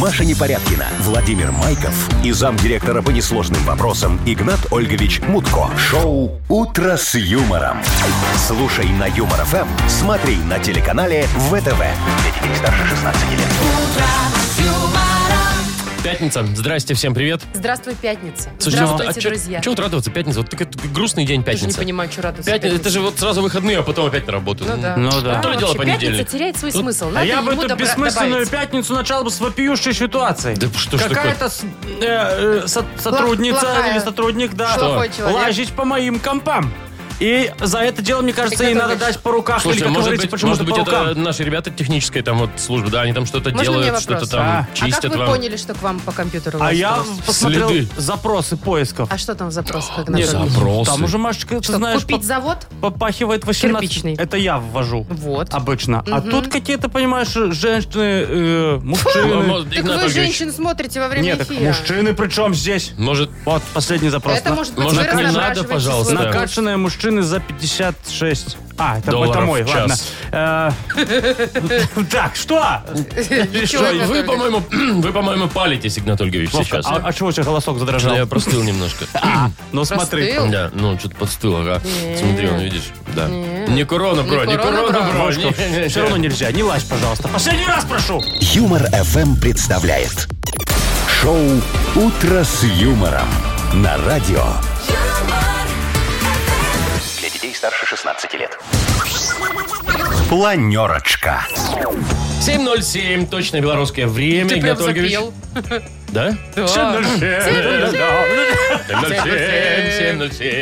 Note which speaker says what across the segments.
Speaker 1: Маша Непорядкина, Владимир Майков и замдиректора по несложным вопросам Игнат Ольгович Мутко. Шоу «Утро с юмором». Слушай на Юмор ФМ, смотри на телеканале ВТВ. Для детей старше 16 лет.
Speaker 2: Пятница. Здрасте, всем привет.
Speaker 3: Здравствуй, пятница.
Speaker 2: Слушайте,
Speaker 3: Здравствуйте,
Speaker 2: а чё-
Speaker 3: друзья.
Speaker 2: чё вот радоваться? Пятница. Вот такой грустный день
Speaker 3: Даже не
Speaker 2: пятница.
Speaker 3: понимаю, что радоваться.
Speaker 2: Пятница. Это же вот сразу выходные, а потом опять на работу.
Speaker 3: Ну да.
Speaker 4: Ну да.
Speaker 2: То ли дело
Speaker 3: вообще, пятница
Speaker 2: понедельник.
Speaker 3: теряет свой смысл.
Speaker 4: А
Speaker 3: Надо
Speaker 4: я
Speaker 3: ему
Speaker 4: бы эту
Speaker 3: добра-
Speaker 4: бессмысленную
Speaker 3: добавить.
Speaker 4: пятницу начал бы с вопиющей ситуацией.
Speaker 2: Да что ж
Speaker 4: Какая-то с- э, э, со- сотрудница
Speaker 3: плохая.
Speaker 4: или сотрудник, да,
Speaker 3: Что? Плохой человек.
Speaker 4: лазить по моим компам. И за это дело, мне кажется,
Speaker 3: Игнат
Speaker 4: ей надо
Speaker 3: Ольгович.
Speaker 4: дать по руках.
Speaker 2: Слушайте,
Speaker 4: или, как
Speaker 2: может
Speaker 4: говорится,
Speaker 2: быть,
Speaker 4: почему-то
Speaker 2: может быть
Speaker 4: по
Speaker 2: это
Speaker 4: рукам.
Speaker 2: наши ребята технической там вот службы, да, они там что-то
Speaker 3: Можно мне
Speaker 2: делают,
Speaker 3: вопрос?
Speaker 2: что-то там
Speaker 4: А.
Speaker 3: А
Speaker 2: чистят
Speaker 3: как вы
Speaker 2: вам.
Speaker 3: поняли, что к вам по компьютеру
Speaker 4: А я
Speaker 3: лазит?
Speaker 4: посмотрел
Speaker 2: Следы.
Speaker 4: запросы поисков.
Speaker 3: А что там за вопрос? Как
Speaker 2: Не запросы.
Speaker 4: Там уже, Машечка, ты
Speaker 3: Что,
Speaker 4: знаешь,
Speaker 3: купить
Speaker 4: поп-
Speaker 3: завод?
Speaker 4: попахивает 18.
Speaker 3: Кирпичный.
Speaker 4: Это я ввожу.
Speaker 3: Вот.
Speaker 4: Обычно. А тут какие-то, понимаешь, женщины,
Speaker 2: Ну,
Speaker 4: э, мужчины.
Speaker 2: может,
Speaker 3: Так
Speaker 2: Игнат
Speaker 3: вы
Speaker 2: Ольгович,
Speaker 3: женщин смотрите во время
Speaker 4: Нет, так
Speaker 3: эфира.
Speaker 4: мужчины причем здесь.
Speaker 2: Может,
Speaker 4: Вот, последний запрос.
Speaker 3: Это
Speaker 4: На-
Speaker 3: может быть
Speaker 2: Может,
Speaker 3: вы
Speaker 2: не надо,
Speaker 3: разобрашиваете
Speaker 2: пожалуйста?
Speaker 3: свой
Speaker 2: Накат-
Speaker 3: вкус.
Speaker 4: Накачанные мужчины за 56. А, это,
Speaker 2: Долларов
Speaker 4: это мой,
Speaker 2: в
Speaker 4: ладно.
Speaker 2: час.
Speaker 4: Э, Так, что?
Speaker 2: Ты что,
Speaker 3: Игнат
Speaker 2: вы,
Speaker 3: Ольгович.
Speaker 2: по-моему, вы, по-моему, палитесь, Игнат Ольгович,
Speaker 4: Вовка,
Speaker 2: сейчас.
Speaker 4: А а чего у тебя голосок
Speaker 2: Да, я
Speaker 4: задрожал?
Speaker 2: простыл немножко.
Speaker 3: А,
Speaker 4: Ну смотри.
Speaker 3: Простыл?
Speaker 2: Да, ну, что-то подстыл, ага.
Speaker 3: Не.
Speaker 2: Смотри, он, видишь, да. Не корона, бро, не
Speaker 3: Не корона,
Speaker 2: корона,
Speaker 3: бро.
Speaker 2: бро.
Speaker 4: Вовка,
Speaker 2: Не-не-не.
Speaker 4: Все равно нельзя, не лазь, пожалуйста. Последний раз прошу.
Speaker 1: Юмор ФМ представляет. Шоу «Утро с юмором» на радио. Для детей старше 16 лет. Планерочка.
Speaker 2: 7.07, точное белорусское время,
Speaker 3: Ты прям
Speaker 2: Игнат Ольгович.
Speaker 3: запел.
Speaker 2: Да?
Speaker 3: Да.
Speaker 2: 707, 707,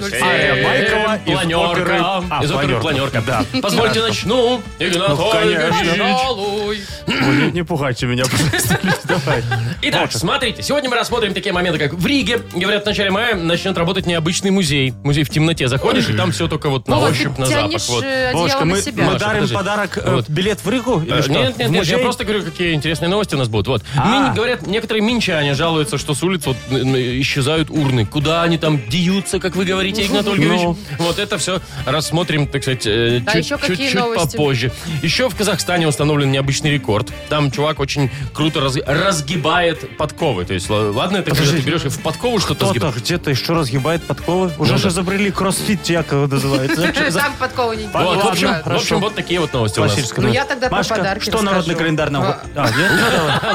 Speaker 2: 707.
Speaker 4: Ария Майкова из оперы. А,
Speaker 2: Планерка. Из оперы
Speaker 4: «Планерка».
Speaker 2: «Планерка». Позвольте начну. Игнат
Speaker 4: Ну, конечно.
Speaker 2: Ольгович.
Speaker 3: Пожалуй.
Speaker 4: Ой, Не пугайте меня, пожалуйста. Давай.
Speaker 2: Итак, смотрите, сегодня мы рассмотрим такие моменты, как в Риге, говорят, в начале мая начнет работать необычный музей. Музей в темноте. Заходишь, и там все только вот на
Speaker 3: Вова,
Speaker 2: ощупь,
Speaker 3: ты
Speaker 2: А на запах.
Speaker 3: тянешь
Speaker 2: Вот.
Speaker 3: э, одеяло на
Speaker 4: Вовочка, мы
Speaker 3: себя.
Speaker 4: мы
Speaker 2: Маша,
Speaker 4: дарим
Speaker 2: подожди.
Speaker 4: подарок, э,
Speaker 2: Вот.
Speaker 4: билет в Ригу или
Speaker 2: Э,
Speaker 4: что?
Speaker 2: Нет, нет,
Speaker 4: В
Speaker 2: нет, я
Speaker 4: музей?
Speaker 2: просто говорю, какие интересные новости у нас будут. Вот.
Speaker 4: А.
Speaker 2: Мини- говорят, некоторые минчане жалуются, что с улиц вот, н- н- исчезают урны. Куда они там деются, как вы говорите, Игнат Ольгович?
Speaker 4: Ну.
Speaker 2: Вот это все рассмотрим, так сказать, э,
Speaker 3: А
Speaker 2: чуть-
Speaker 3: еще какие
Speaker 2: чуть-чуть
Speaker 3: новости?
Speaker 2: попозже. Еще в Казахстане установлен необычный рекорд. Там чувак очень круто раз- разгибает подковы. То есть, л- ладно, это когда
Speaker 4: Подожди.
Speaker 2: ты берешь и в подкову что-то
Speaker 4: Кто-то
Speaker 2: разгибаешь.
Speaker 4: где-то еще разгибает подковы. Уже
Speaker 2: Ну да.
Speaker 4: же изобрели кроссфит, я как его называют.
Speaker 3: Там подковы не
Speaker 4: Ладно,
Speaker 2: Вот, в, общем,
Speaker 3: поднимают.
Speaker 2: в общем,
Speaker 4: хорошо.
Speaker 2: вот такие вот новости у нас.
Speaker 4: Классическая
Speaker 3: Ну, я
Speaker 4: новость.
Speaker 3: тогда про
Speaker 4: Машка,
Speaker 3: подарки
Speaker 4: что
Speaker 3: расскажу.
Speaker 4: народный календарь нам...
Speaker 3: А.
Speaker 4: А, нет?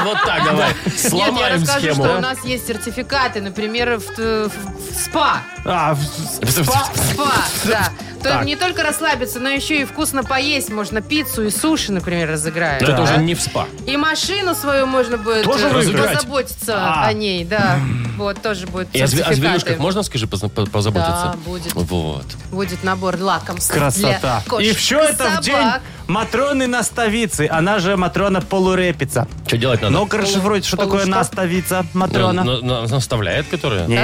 Speaker 2: Вот так давай.
Speaker 3: Нет, я
Speaker 2: Сломаем
Speaker 3: расскажу,
Speaker 2: схему.
Speaker 3: что у нас есть сертификаты, например, в, т- в- в СПА.
Speaker 4: А, в-
Speaker 3: В СПА, да. То
Speaker 4: Так.
Speaker 3: не только расслабиться, но еще и вкусно поесть. Можно пиццу и суши, например, разыграют.
Speaker 2: Это
Speaker 3: да?
Speaker 2: уже не в спа.
Speaker 3: И машину свою можно будет
Speaker 4: Тоже
Speaker 3: э,
Speaker 4: разыграть?
Speaker 3: позаботиться
Speaker 4: А.
Speaker 3: о ней, да. Вот, тоже будет
Speaker 2: И о, зве- о зверюшках
Speaker 3: сертификаты.
Speaker 2: можно, скажи, позна- по- позаботиться?
Speaker 3: Да, будет.
Speaker 2: Вот.
Speaker 3: Будет набор лакомств
Speaker 4: Красота.
Speaker 3: для кошек
Speaker 4: И все это
Speaker 3: собак.
Speaker 4: в день Матроны Наставицы, она же Матрона Полурепица.
Speaker 2: Что делать надо?
Speaker 4: Ну-ка расшифруйте, что
Speaker 3: полу-
Speaker 4: такое
Speaker 3: что?
Speaker 4: Наставица
Speaker 2: Э,
Speaker 4: Матрона.
Speaker 2: на- на- Наставляет, которая?
Speaker 4: Не,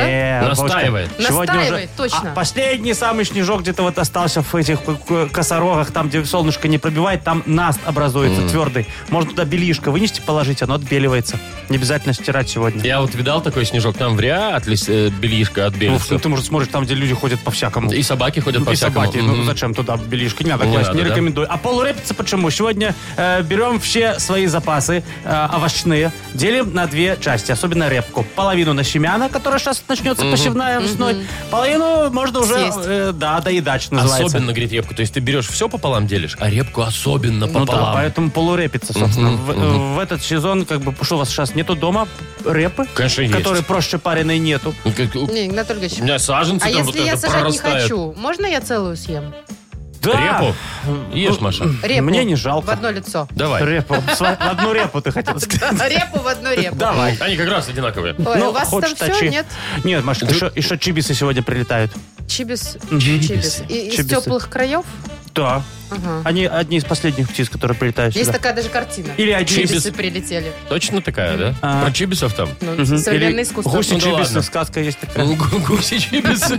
Speaker 2: Да?
Speaker 4: Вовочка,
Speaker 2: Настаивает.
Speaker 4: сегодня
Speaker 3: А? Настаивает, точно.
Speaker 4: А последний самый снежок где-то вот остался в этих к- к- косорогах, там, где солнышко не пробивает, там наст образуется твердый. Можно туда бельишко вынести, положить, оно отбеливается. Не обязательно стирать сегодня.
Speaker 2: Я вот видал такой снежок, там вряд ли э, бельишко
Speaker 4: Вов,
Speaker 2: отбелится.
Speaker 4: ну, ты, может, смотришь там, где люди ходят по-всякому.
Speaker 2: И собаки ходят
Speaker 4: Ну,
Speaker 2: по
Speaker 4: и
Speaker 2: всякому.
Speaker 4: собаки. Ну
Speaker 2: Мгм.
Speaker 4: зачем туда белишки? Не надо
Speaker 2: Не
Speaker 4: класть,
Speaker 2: надо,
Speaker 4: не
Speaker 2: да.
Speaker 4: рекомендую. А полурэпица почему? Сегодня э, берем все свои запасы э, овощные, делим на две части, особенно репку. Половину на семяна, которая сейчас начнется посевная весной. Половину можно уже,
Speaker 3: Съесть.
Speaker 4: э, да, доедать, что называется.
Speaker 2: Особенно, говорит, репку. То есть ты берешь все пополам делишь, а репку особенно
Speaker 4: Ну да,
Speaker 2: пополам.
Speaker 4: поэтому полурепица, собственно. в, э, в этот сезон, как бы, что у вас сейчас нету дома репы,
Speaker 2: Конечно, есть.
Speaker 4: которые проще пареной нету.
Speaker 2: Ну, как- у
Speaker 3: Не, Игнат Ольгович,
Speaker 2: меня саженцы
Speaker 3: а
Speaker 2: там
Speaker 3: если
Speaker 2: вот
Speaker 3: я
Speaker 2: это
Speaker 3: сажать не
Speaker 2: прорастают.
Speaker 3: хочу, можно я целую съем?
Speaker 4: Да. Ну,
Speaker 2: Репу? Ешь, Маша.
Speaker 3: Репу.
Speaker 4: Мне не
Speaker 3: В
Speaker 4: жалко.
Speaker 3: одно лицо.
Speaker 2: Давай.
Speaker 4: Репу. Сва- Одну репу ты хотел сказать.
Speaker 3: Репу в одну репу.
Speaker 4: Давай.
Speaker 2: Они как раз одинаковые.
Speaker 3: Ой,
Speaker 4: Ну,
Speaker 3: у вас
Speaker 4: хочешь
Speaker 3: там все?
Speaker 4: точи.
Speaker 3: Нет?
Speaker 4: Нет, Машка, еще, еще чибисы сегодня прилетают.
Speaker 3: Чибис.
Speaker 2: Чибисы.
Speaker 3: Чибис. И- Из
Speaker 4: Чибисы.
Speaker 3: теплых краев?
Speaker 4: Да.
Speaker 3: Ага.
Speaker 4: Они одни из последних птиц, которые прилетают
Speaker 3: Есть
Speaker 4: сюда.
Speaker 3: такая даже картина.
Speaker 4: Или одни из-
Speaker 3: Чибисы прилетели.
Speaker 2: Точно такая, да?
Speaker 4: А.
Speaker 2: Про чибисов там.
Speaker 3: Ну,
Speaker 4: Мгм. Или
Speaker 3: Современное искусство.
Speaker 4: Гуси
Speaker 2: Ну да ладно. Ну
Speaker 4: чибисы, сказка есть такая.
Speaker 2: Гу- Гуси чибисы.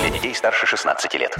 Speaker 1: Для детей старше 16 лет.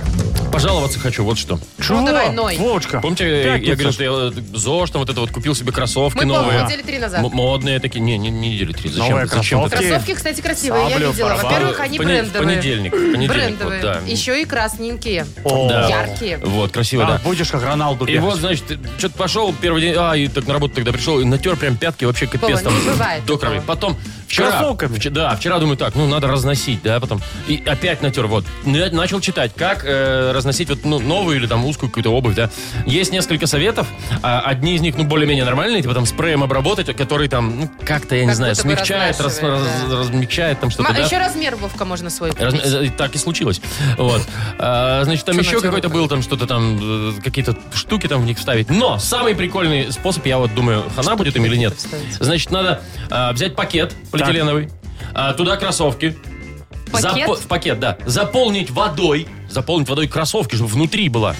Speaker 2: Пожаловаться хочу, вот что.
Speaker 4: Чего?
Speaker 3: Ну, давай, Ной.
Speaker 4: Вовочка.
Speaker 2: Помните, я, я
Speaker 4: Пятница.
Speaker 2: говорил, что я э, ЗОЖ, там вот это вот купил себе кроссовки
Speaker 3: Мы,
Speaker 2: новые.
Speaker 3: по-моему, недели три назад.
Speaker 2: М- модные такие. Не, не, не недели три. Зачем?
Speaker 4: Новые
Speaker 2: Зачем
Speaker 4: кроссовки.
Speaker 2: это?
Speaker 3: Кроссовки, кстати, красивые, я
Speaker 4: Саблю
Speaker 3: видела.
Speaker 4: порвал.
Speaker 3: Во-первых, они
Speaker 2: В пони- в
Speaker 3: брендовые.
Speaker 2: понедельник, в понедельник,
Speaker 3: брендовые.
Speaker 2: вот, да.
Speaker 3: Еще и красненькие.
Speaker 4: О.
Speaker 2: Да.
Speaker 3: Яркие.
Speaker 2: Вот, красиво,
Speaker 4: А,
Speaker 2: да.
Speaker 4: будешь как Роналду
Speaker 2: И
Speaker 4: бегать.
Speaker 2: вот, значит, что-то пошел первый день, а, и так на работу тогда пришел, и натер прям пятки, вообще капец
Speaker 3: Вова,
Speaker 2: там.
Speaker 3: не бывает
Speaker 2: До крови.
Speaker 3: такого.
Speaker 2: Потом вчера...
Speaker 4: Кроссовками?
Speaker 2: вч- да, вчера думаю так, ну, надо разносить, да, потом. И опять натер, вот. Ну, я начал читать, как э, разносить вот ну, новую или там узкую какую-то обувь, да. Есть несколько советов, а, одни из них, ну, более-менее нормальные, типа там спреем обработать, который там, ну, как-то, я не
Speaker 3: Как
Speaker 2: знаю,
Speaker 3: будто бы
Speaker 2: смягчает, раз-
Speaker 3: размашивает,
Speaker 2: раз- размягчает там что-то,
Speaker 3: Ма-
Speaker 2: да.
Speaker 3: Еще размер, Вовка, можно свой
Speaker 2: Раз-
Speaker 3: купить.
Speaker 2: э, Так и случилось. Вот. А, значит, там
Speaker 3: Чё
Speaker 2: еще
Speaker 3: натирал-то?
Speaker 2: какой-то был, там что-то там, э, какие-то штуки там в них вставить. Но самый прикольный способ, я вот думаю, хана будет им или нет.
Speaker 3: вставить?
Speaker 2: Значит, надо а, взять пакет полиэтиленовый, а, туда кроссовки.
Speaker 3: Пакет?
Speaker 2: Запо- в пакет, да. Заполнить водой. Заполнить водой кроссовки, чтобы внутри была.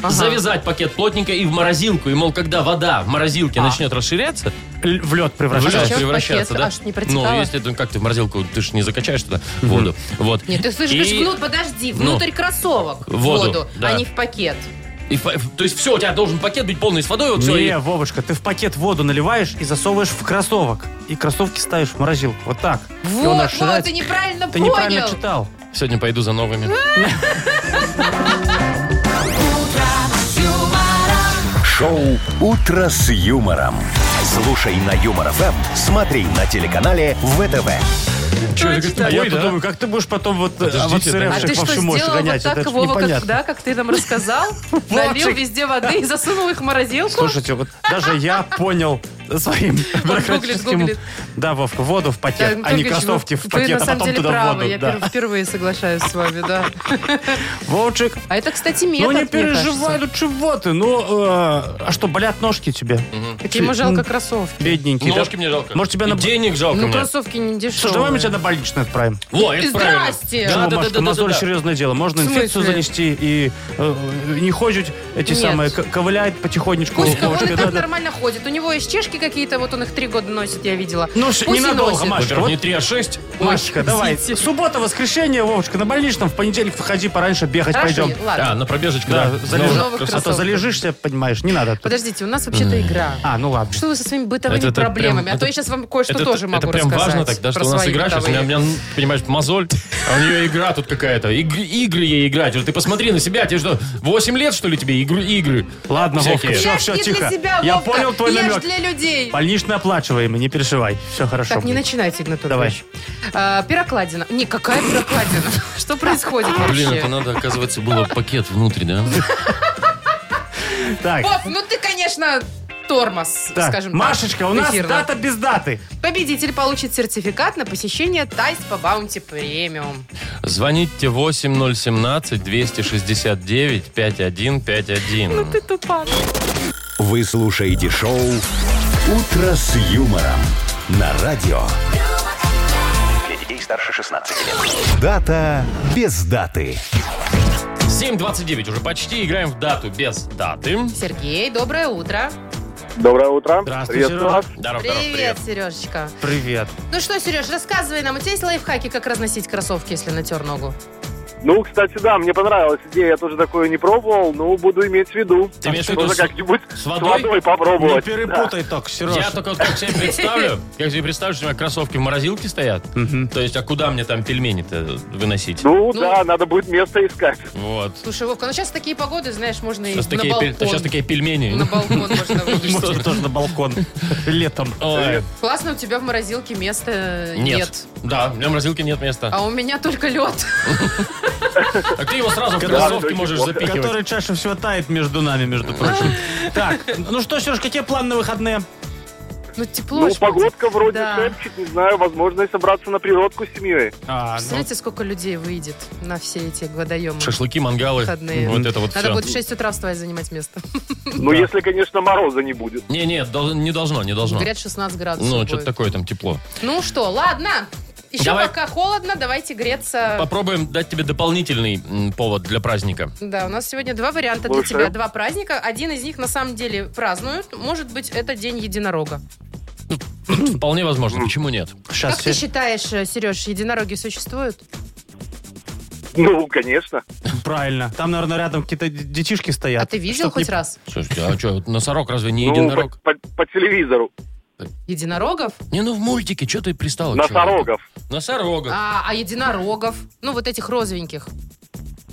Speaker 3: Ага.
Speaker 2: Завязать пакет плотненько и в морозилку. И, мол, когда вода в морозилке начнет расширяться,
Speaker 4: Л- в лед
Speaker 2: в лёд
Speaker 3: А
Speaker 4: превращается.
Speaker 3: зачем в
Speaker 2: превращаться,
Speaker 3: пакет?
Speaker 2: да?
Speaker 3: А что, не
Speaker 2: ну,
Speaker 3: протекало?
Speaker 2: если ты, ну, как ты в морозилку, ты же не закачаешь туда воду. Вот.
Speaker 3: Нет, ты слышишь,
Speaker 2: И-
Speaker 3: говоришь, ну, подожди,
Speaker 2: Ну.
Speaker 3: внутрь кроссовок в
Speaker 2: Воду,
Speaker 3: воду,
Speaker 2: да.
Speaker 3: а не в пакет.
Speaker 2: И фа- то есть все, у тебя должен пакет быть полный с водой, вот все.
Speaker 4: Не, Вовочка, ты в пакет воду наливаешь и засовываешь в кроссовок. И кроссовки ставишь в морозилку. Вот так. И
Speaker 3: Вот,
Speaker 4: он
Speaker 3: вот,
Speaker 4: расширяется.
Speaker 3: ты неправильно
Speaker 4: Ты
Speaker 3: понял.
Speaker 4: неправильно читал.
Speaker 2: Сегодня пойду за новыми.
Speaker 3: Ну,
Speaker 1: Шоу «Утро с юмором». Слушай на Юмор ФМ, смотри на телеканале ВТВ.
Speaker 2: Че, это как
Speaker 4: А я
Speaker 2: тупой,
Speaker 4: тут
Speaker 2: да?
Speaker 4: думаю, как ты будешь потом вот э,
Speaker 2: Подождите,
Speaker 3: А
Speaker 4: овцеревших
Speaker 3: ты что,
Speaker 4: вовсю
Speaker 3: сделал
Speaker 4: мощь
Speaker 3: вот
Speaker 4: гонять?
Speaker 3: так,
Speaker 4: Это ж
Speaker 3: Вова, как,
Speaker 4: непонятно.
Speaker 3: да, как ты нам рассказал? Налил везде воды и засунул их в морозилку?
Speaker 4: Слушайте, вот даже я понял своим бюрократическим...
Speaker 3: гуглит.
Speaker 4: Да, Вовка, воду в
Speaker 3: Да,
Speaker 4: пакет, а
Speaker 3: Анатолий
Speaker 4: не
Speaker 3: Григорьевич, ну,
Speaker 4: кроссовки в
Speaker 3: вы
Speaker 4: пакет, а
Speaker 3: на самом
Speaker 4: потом
Speaker 3: деле
Speaker 4: туда
Speaker 3: правы,
Speaker 4: воду.
Speaker 3: я
Speaker 4: да.
Speaker 3: пер- впервые соглашаюсь с вами, да.
Speaker 4: Вовчик,
Speaker 3: А это, кстати, метод,
Speaker 4: ну не
Speaker 3: мне
Speaker 4: переживай, ну чего ты? Ну, э, а что, болят ножки тебе?
Speaker 3: кажется. Какие ему жалко кроссовки.
Speaker 4: Бедненький. да?
Speaker 2: Ножки мне жалко.
Speaker 4: Может, тебя
Speaker 2: И
Speaker 4: на-
Speaker 2: денег жалко
Speaker 3: Ну,
Speaker 2: мне.
Speaker 3: кроссовки не дешевые.
Speaker 4: Слушай, давай мы тебя на больничный отправим.
Speaker 2: Во, это правильно.
Speaker 3: Здрасте.
Speaker 2: Да,
Speaker 4: Чего,
Speaker 2: да, да,
Speaker 4: Машка,
Speaker 2: да,
Speaker 4: у нас
Speaker 2: да,
Speaker 4: тоже
Speaker 2: да.
Speaker 4: серьезное дело. Можно
Speaker 3: В
Speaker 4: инфекцию
Speaker 3: смысле?
Speaker 4: занести и э, не ходить эти
Speaker 3: Нет.
Speaker 4: самые, к- ковыляет потихонечку.
Speaker 3: Пусть он
Speaker 4: Вовочка,
Speaker 3: и
Speaker 4: да,
Speaker 3: так
Speaker 4: да.
Speaker 3: нормально ходит. У него есть чешки какие-то, вот он их три года носит, я видела.
Speaker 4: Ну, ш-
Speaker 3: Пусть и
Speaker 4: ненадолго,
Speaker 3: носит.
Speaker 4: Маш.
Speaker 2: Во-первых,
Speaker 4: Вот-
Speaker 2: не 3, а 6.
Speaker 4: Машечка, давай. Суббота, воскресенье, Вовочка, на больничном. В понедельник выходи пораньше бегать,
Speaker 3: Хорошо,
Speaker 4: пойдем.
Speaker 3: ладно.
Speaker 2: А, на пробежечку,
Speaker 4: Да,
Speaker 2: да.
Speaker 4: залежи-
Speaker 3: новых
Speaker 4: а то
Speaker 3: кроссовках.
Speaker 4: залежишься, понимаешь, не надо. тут.
Speaker 3: Подождите, у нас вообще-то игра.
Speaker 4: А, ну ладно.
Speaker 3: Что вы со своими бытовыми
Speaker 2: Это- это
Speaker 3: проблемами?
Speaker 2: прям-
Speaker 3: а то я
Speaker 2: это-
Speaker 3: сейчас вам кое-что
Speaker 2: Это-
Speaker 3: тоже могу
Speaker 2: Это прям
Speaker 3: рассказать.
Speaker 2: важно тогда, что
Speaker 3: про
Speaker 2: у нас
Speaker 3: свои
Speaker 2: игра сейчас. У меня,
Speaker 3: бытовые.
Speaker 2: у меня, понимаешь, мозоль, а у нее игра тут какая-то. Иг- игры ей играть. Вот Ты посмотри на себя, тебе что, 8 лет, что ли, тебе игры? игры?
Speaker 4: Ладно,
Speaker 2: Всякие.
Speaker 4: Вовка, все,
Speaker 3: Я ж
Speaker 4: все,
Speaker 3: не
Speaker 4: тихо.
Speaker 3: для себя,
Speaker 4: Я
Speaker 3: Вовка.
Speaker 4: понял твой
Speaker 3: я ж
Speaker 4: намек.
Speaker 3: для людей.
Speaker 4: Больничный оплачиваемый, не переживай. Все хорошо.
Speaker 3: Так, не
Speaker 4: будет.
Speaker 3: начинайте, Игнатур
Speaker 4: Давай.
Speaker 3: пирокладина. Не, какая пирокладина? Что происходит
Speaker 2: Блин, это
Speaker 3: вообще?
Speaker 2: надо, оказывается, было пакет внутри, да?
Speaker 4: Так,
Speaker 3: Вов, ну ты, конечно, тормоз,
Speaker 4: так,
Speaker 3: скажем так.
Speaker 4: Машечка, у нас
Speaker 3: эфирно.
Speaker 4: дата без даты.
Speaker 3: Победитель получит сертификат на посещение Тайс по Баунти Премиум.
Speaker 2: Звоните 8017-269-5151.
Speaker 3: Ну, Ты тупа.
Speaker 1: Вы слушаете шоу «Утро с юмором» на радио.
Speaker 5: Для детей старше 16 лет.
Speaker 1: Дата без даты.
Speaker 2: 7.29 уже почти. Играем в дату без даты.
Speaker 3: Сергей, доброе утро.
Speaker 6: Доброе утро.
Speaker 4: Здравствуйте,
Speaker 6: Приветствую вас.
Speaker 2: Здоров, здоров,
Speaker 3: Привет, Сережечка.
Speaker 4: Привет.
Speaker 3: Ну что, Сереж, рассказывай нам, у тебя есть лайфхаки, как разносить кроссовки, если натер ногу?
Speaker 6: Ну, кстати, да, мне понравилась идея. Я тоже такую не пробовал, но буду иметь в виду.
Speaker 2: Ты имеешь в виду
Speaker 6: Можно
Speaker 2: с-
Speaker 6: как-нибудь
Speaker 2: с водой?
Speaker 4: Не
Speaker 6: попробовать.
Speaker 4: перепутай так, Сереж.
Speaker 2: Я только вот как себе представлю, как себе представлю, что у меня кроссовки в морозилке стоят. То есть, а куда мне там пельмени-то выносить?
Speaker 6: Да. Ну,
Speaker 3: Ну.
Speaker 6: да, надо будет место искать.
Speaker 2: Вот.
Speaker 3: Слушай, Вовка, ну сейчас такие погоды, знаешь, можно
Speaker 2: Сейчас
Speaker 3: и на
Speaker 2: такие, пель-
Speaker 3: балкон.
Speaker 2: сейчас такие пельмени.
Speaker 3: На балкон можно вынести.
Speaker 4: Тоже, тоже на балкон. Летом.
Speaker 2: Ой,
Speaker 3: Классно, у тебя в морозилке места
Speaker 2: нет.
Speaker 3: нет.
Speaker 2: Да, у меня в морозилке нет места.
Speaker 3: А у меня только лед.
Speaker 2: А ты его сразу в
Speaker 4: Который-
Speaker 2: кроссовки можешь запихивать.
Speaker 4: Который чаще всего тает между нами, между прочим. Так, ну что, Сереж, какие планы на выходные?
Speaker 3: Ну, тепло.
Speaker 6: Ну,
Speaker 3: ж будет.
Speaker 6: погодка вроде
Speaker 3: Да.
Speaker 6: шепчет, не знаю, возможно, и собраться на природку с семьей.
Speaker 4: А, ну,
Speaker 3: Представляете, сколько людей выйдет на все эти гладоемы
Speaker 2: Шашлыки, мангалы,
Speaker 3: выходные.
Speaker 2: вот это вот
Speaker 3: Надо
Speaker 2: все.
Speaker 3: будет в 6 утра вставать занимать место.
Speaker 6: Ну, если, конечно, мороза не будет.
Speaker 2: Не, не, дол- не должно, не должно.
Speaker 3: Говорят, 16 градусов
Speaker 2: Ну,
Speaker 3: будет.
Speaker 2: что-то такое там тепло.
Speaker 3: Ну что, ладно. Еще
Speaker 2: Давай.
Speaker 3: пока холодно, давайте греться.
Speaker 2: Попробуем дать тебе дополнительный м, повод для праздника.
Speaker 3: Да, у нас сегодня два варианта для
Speaker 6: Слушаю.
Speaker 3: тебя, два праздника. Один из них на самом деле празднуют. Может быть, это День Единорога. Хм.
Speaker 2: Вполне
Speaker 4: ну,
Speaker 2: возможно, почему нет?
Speaker 4: сейчас
Speaker 3: э, как ты считаешь, Сереж, единороги существуют?
Speaker 6: Ну, конечно.
Speaker 4: Правильно. Там, наверное, рядом какие-то д- детишки стоят.
Speaker 3: А ты видел
Speaker 4: Чтоб
Speaker 3: хоть
Speaker 4: не-
Speaker 3: раз
Speaker 2: Слушайте, а что, носорог разве не
Speaker 6: Ну,
Speaker 2: единорог?
Speaker 6: по, по- по телевизору.
Speaker 3: единорогов?
Speaker 2: Не, ну в мультике, что ты пристал?
Speaker 6: Носорогов.
Speaker 2: Носорога.
Speaker 3: А, а единорогов? Ну, вот этих розовеньких.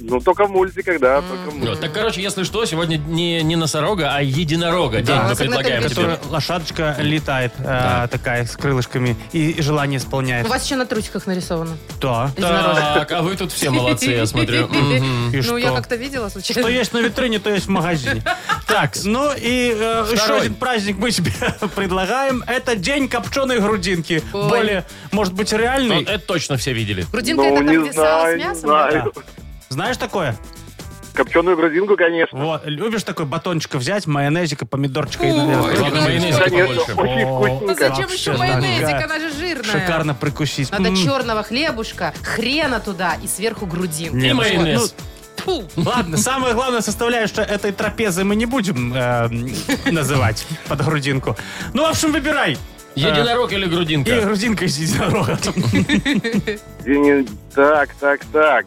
Speaker 6: Ну, только в мультиках, да. только
Speaker 2: Вот,
Speaker 6: в мультиках.
Speaker 2: так, короче, если что, сегодня не, не носорога, а единорога. День
Speaker 3: Да.
Speaker 2: мы
Speaker 3: С Игнатом
Speaker 2: предлагаем тебе.
Speaker 4: Которая лошадочка летает, э,
Speaker 2: Да.
Speaker 4: такая, с крылышками, и, и желание исполняет.
Speaker 3: У вас еще на трусиках нарисовано.
Speaker 4: Да.
Speaker 3: Единорог.
Speaker 2: Так, а вы тут все молодцы, я смотрю. Мгм.
Speaker 4: И
Speaker 3: Ну,
Speaker 4: что?
Speaker 3: я как-то видела случайно.
Speaker 4: Что есть на витрине, то есть в магазине. Так, ну и э, еще один праздник мы себе предлагаем. Это день копченой грудинки.
Speaker 3: Ой.
Speaker 4: Более, может быть, реальный.
Speaker 2: Вот э, это точно все видели.
Speaker 3: Грудинка
Speaker 6: Ну,
Speaker 3: это там,
Speaker 6: не
Speaker 3: где сало
Speaker 6: знаю,
Speaker 3: с
Speaker 6: не
Speaker 3: мясом?
Speaker 6: знаю.
Speaker 4: Знаешь такое?
Speaker 6: Копченую грудинку, конечно.
Speaker 4: Вот, любишь такой батончик взять, майонезика, помидорчика и
Speaker 3: Ой,
Speaker 4: наверное,
Speaker 2: Ладно, майонез
Speaker 6: Конечно,
Speaker 2: побольше.
Speaker 6: очень
Speaker 4: О,
Speaker 3: Ну,
Speaker 6: вкусненько.
Speaker 3: зачем еще
Speaker 4: Вообще
Speaker 3: майонезик?
Speaker 4: такая.
Speaker 3: Она же жирная.
Speaker 4: шикарно прикусить. М-м.
Speaker 3: Надо
Speaker 4: М.
Speaker 3: черного хлебушка, хрена туда и сверху грудинку.
Speaker 2: Не
Speaker 4: ну,
Speaker 3: Вот.
Speaker 2: майонез.
Speaker 3: Тьфу.
Speaker 4: Ладно, самое главное составляющая этой трапезы мы не будем э, называть под грудинку. Ну, в общем, выбирай.
Speaker 2: Единорог или
Speaker 4: И
Speaker 2: грудинка?
Speaker 4: грудинка из единорога.
Speaker 6: День- Так, так, так.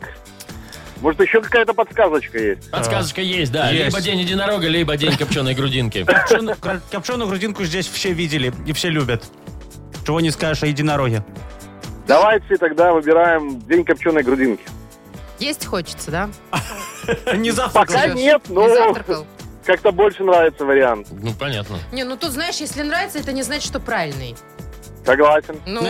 Speaker 6: Может, еще какая-то подсказочка есть?
Speaker 2: Подсказочка есть, да.
Speaker 4: Есть.
Speaker 2: Либо день единорога, либо день копченой грудинки.
Speaker 4: Копченую- кра- Копченую грудинку здесь все видели и все любят. Чего не скажешь о единороге.
Speaker 6: Давайте тогда выбираем день копченой грудинки.
Speaker 3: Есть хочется, да?
Speaker 4: Не
Speaker 6: Пока
Speaker 4: завтракал.
Speaker 3: Серёж,
Speaker 6: нет, ну. но-
Speaker 3: Не завтракал?
Speaker 6: Как-то больше нравится вариант.
Speaker 2: Ну, понятно.
Speaker 3: Не, ну тут, знаешь, если нравится, это не значит, что правильный.
Speaker 6: Согласен.
Speaker 3: Ну,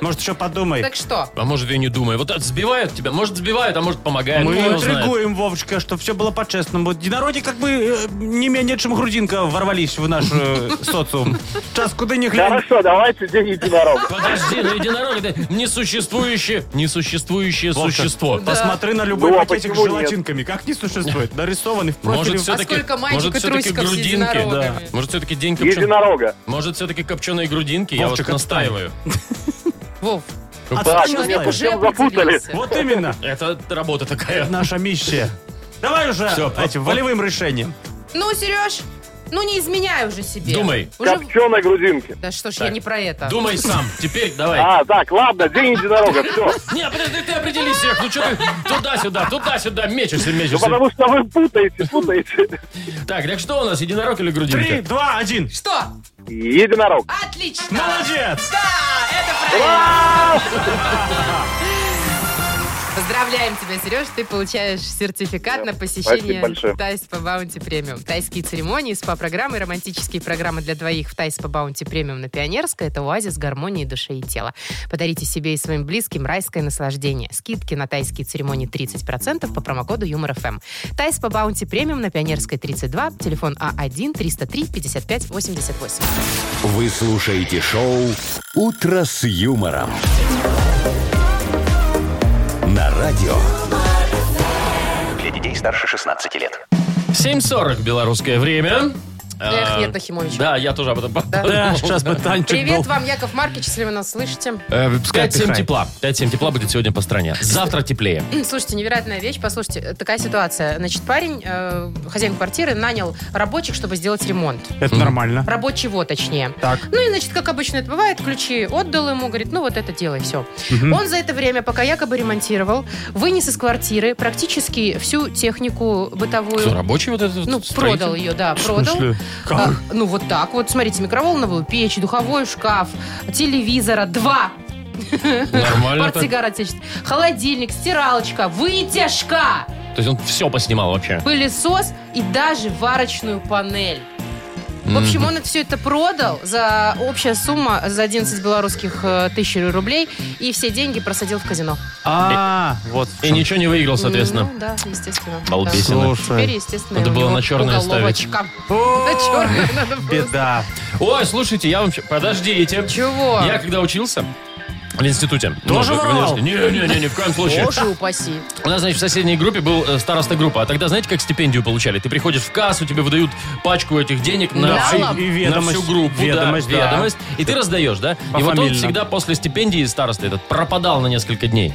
Speaker 4: Может, еще подумай.
Speaker 3: так что?
Speaker 2: А может, и не думай. Вот это сбивают тебя. Может, сбивают, а может, помогают.
Speaker 4: Мы
Speaker 2: Кто его знает.
Speaker 4: интригуем, Вовочка, чтобы все было по-честному. Единороги как бы э, не менее, чем грудинка, ворвались в наш э, социум. Сейчас куда ни глянь.
Speaker 6: Хорошо, давайте день единорога.
Speaker 2: Подожди, ну единорог это несуществующее, несуществующее
Speaker 4: Вовка,
Speaker 2: существо.
Speaker 3: Да.
Speaker 4: Посмотри на любой
Speaker 6: Ну, а
Speaker 4: пакетик с
Speaker 6: почему нет?
Speaker 4: желатинками. Как не существует? Нарисованный в профиле. А
Speaker 2: Может, все-таки,
Speaker 3: сколько мальчик
Speaker 2: может,
Speaker 3: и
Speaker 2: все-таки
Speaker 3: трусиков с
Speaker 2: грудинки, да.
Speaker 3: единорогами?
Speaker 2: Может, все-таки день копченой,
Speaker 6: Единорога.
Speaker 2: может, все-таки копченые грудинки, я вот
Speaker 4: Вовчик, отстань.
Speaker 2: настаиваю.
Speaker 3: Вов,
Speaker 2: Ну,
Speaker 4: Отстань
Speaker 6: Так, ну,
Speaker 4: от меня.
Speaker 6: меня
Speaker 3: человек уже
Speaker 6: совсем запутали.
Speaker 3: определился.
Speaker 4: Вот именно.
Speaker 2: Это работа такая.
Speaker 4: Наша миссия. Давай уже
Speaker 2: Всё,
Speaker 4: этим
Speaker 2: по-
Speaker 4: волевым решением.
Speaker 3: Ну, Сереж, ну не изменяй уже себе.
Speaker 2: Думай.
Speaker 3: Уже-
Speaker 6: Копченой грудинки.
Speaker 3: Да что ж, я
Speaker 2: Так.
Speaker 3: не про это.
Speaker 2: Думай сам. Теперь давай.
Speaker 6: А, так, ладно, день единорога, все.
Speaker 2: Не, подожди, ты определись, Серег, ну что ты туда-сюда, туда-сюда, мечешься,
Speaker 6: Ну,
Speaker 2: мечешься.
Speaker 6: потому что вы путаете, путаете.
Speaker 2: Так, так что у нас, единорог или
Speaker 4: Три,
Speaker 2: грудинка?
Speaker 4: два, один.
Speaker 3: Что?
Speaker 6: Единорог.
Speaker 3: Отлично!
Speaker 4: Молодец!
Speaker 3: Да, это правильно. Поздравляем тебя, Сереж, ты получаешь сертификат на
Speaker 6: Спасибо
Speaker 3: посещение
Speaker 6: большое.
Speaker 3: Тайс по Баунти Премиум. Тайские церемонии, спа-программы, романтические программы для двоих в Тайс по Баунти Премиум на Пионерской – это оазис гармонии души и тела. Подарите себе и своим близким райское наслаждение. Скидки на тайские церемонии 30% по промокоду Юмор ФМ. Тайс по Баунти Премиум на Пионерской 32, телефон А А1-303-55-88.
Speaker 1: Вы слушаете шоу «Утро с юмором». На радио
Speaker 5: Для детей старше 16 лет.
Speaker 2: 7.40 белорусское время.
Speaker 3: Эх,
Speaker 2: А,
Speaker 3: Яков Нахимович.
Speaker 2: Да, я тоже об этом подумал.
Speaker 4: Да, сейчас бы танчик был.
Speaker 3: Привет вам, Яков Маркич, если вы нас слышите.
Speaker 2: Э,
Speaker 4: Пускай
Speaker 2: 5-7
Speaker 4: отдыхает.
Speaker 2: тепла. 5-7 тепла будет сегодня по стране. Завтра теплее.
Speaker 3: Слушайте, невероятная вещь. Послушайте, э, такая ситуация. Значит, парень, э, хозяин квартиры, нанял рабочих, чтобы сделать ремонт.
Speaker 4: Это нормально.
Speaker 3: Рабочего, точнее.
Speaker 4: Так.
Speaker 3: Ну и, значит, как обычно это бывает, ключи отдал ему, говорит, ну вот это делай, все. Он за это время, пока якобы ремонтировал, вынес из квартиры практически всю технику бытовую.
Speaker 2: Что, рабочий вот этот?
Speaker 3: Ну,
Speaker 2: строитель?
Speaker 3: продал ее, да, продал. А,
Speaker 4: Как?
Speaker 3: ну, вот так вот. Смотрите, микроволновую печь, духовой шкаф, телевизора, два
Speaker 2: Нормально так.
Speaker 3: портсигар отечественный, холодильник, стиралочка, вытяжка.
Speaker 2: То есть он все поснимал вообще.
Speaker 3: пылесос и даже варочную панель. В общем, он это все это продал за общая сумма за 11 белорусских э, тысяч рублей и все деньги просадил в казино.
Speaker 4: А, вот. в
Speaker 2: И
Speaker 4: чём.
Speaker 2: ничего не выиграл, соответственно.
Speaker 3: Ну да, естественно.
Speaker 2: Балбесина.
Speaker 3: Да.
Speaker 4: Слушай.
Speaker 3: Теперь, естественно,
Speaker 2: Надо
Speaker 3: у
Speaker 2: было
Speaker 3: него
Speaker 2: на чёрное ставить.
Speaker 3: уголовочка.
Speaker 4: О,
Speaker 3: На чёрное надо было
Speaker 4: Беда.
Speaker 2: Ой, слушайте, я вам... щ- Подождите.
Speaker 3: Чего?
Speaker 2: Я когда учился в институте. ну,
Speaker 4: Тоже
Speaker 2: в- в
Speaker 4: воровал?
Speaker 2: университете. Не-не-не, в коем случае.
Speaker 3: Боже упаси.
Speaker 2: У нас, значит, в соседней группе был э, староста группы. А тогда, знаете, как стипендию получали? Ты приходишь в кассу, тебе выдают пачку этих денег на,
Speaker 3: Да
Speaker 2: всю,
Speaker 3: ладно?
Speaker 4: И
Speaker 2: на
Speaker 4: ведомость.
Speaker 2: всю группу. да,
Speaker 4: Ведомость, да.
Speaker 2: ведомость. И ты раздаешь, да? И вот он
Speaker 4: Пофамильно.
Speaker 2: всегда после стипендии староста этот пропадал на несколько дней.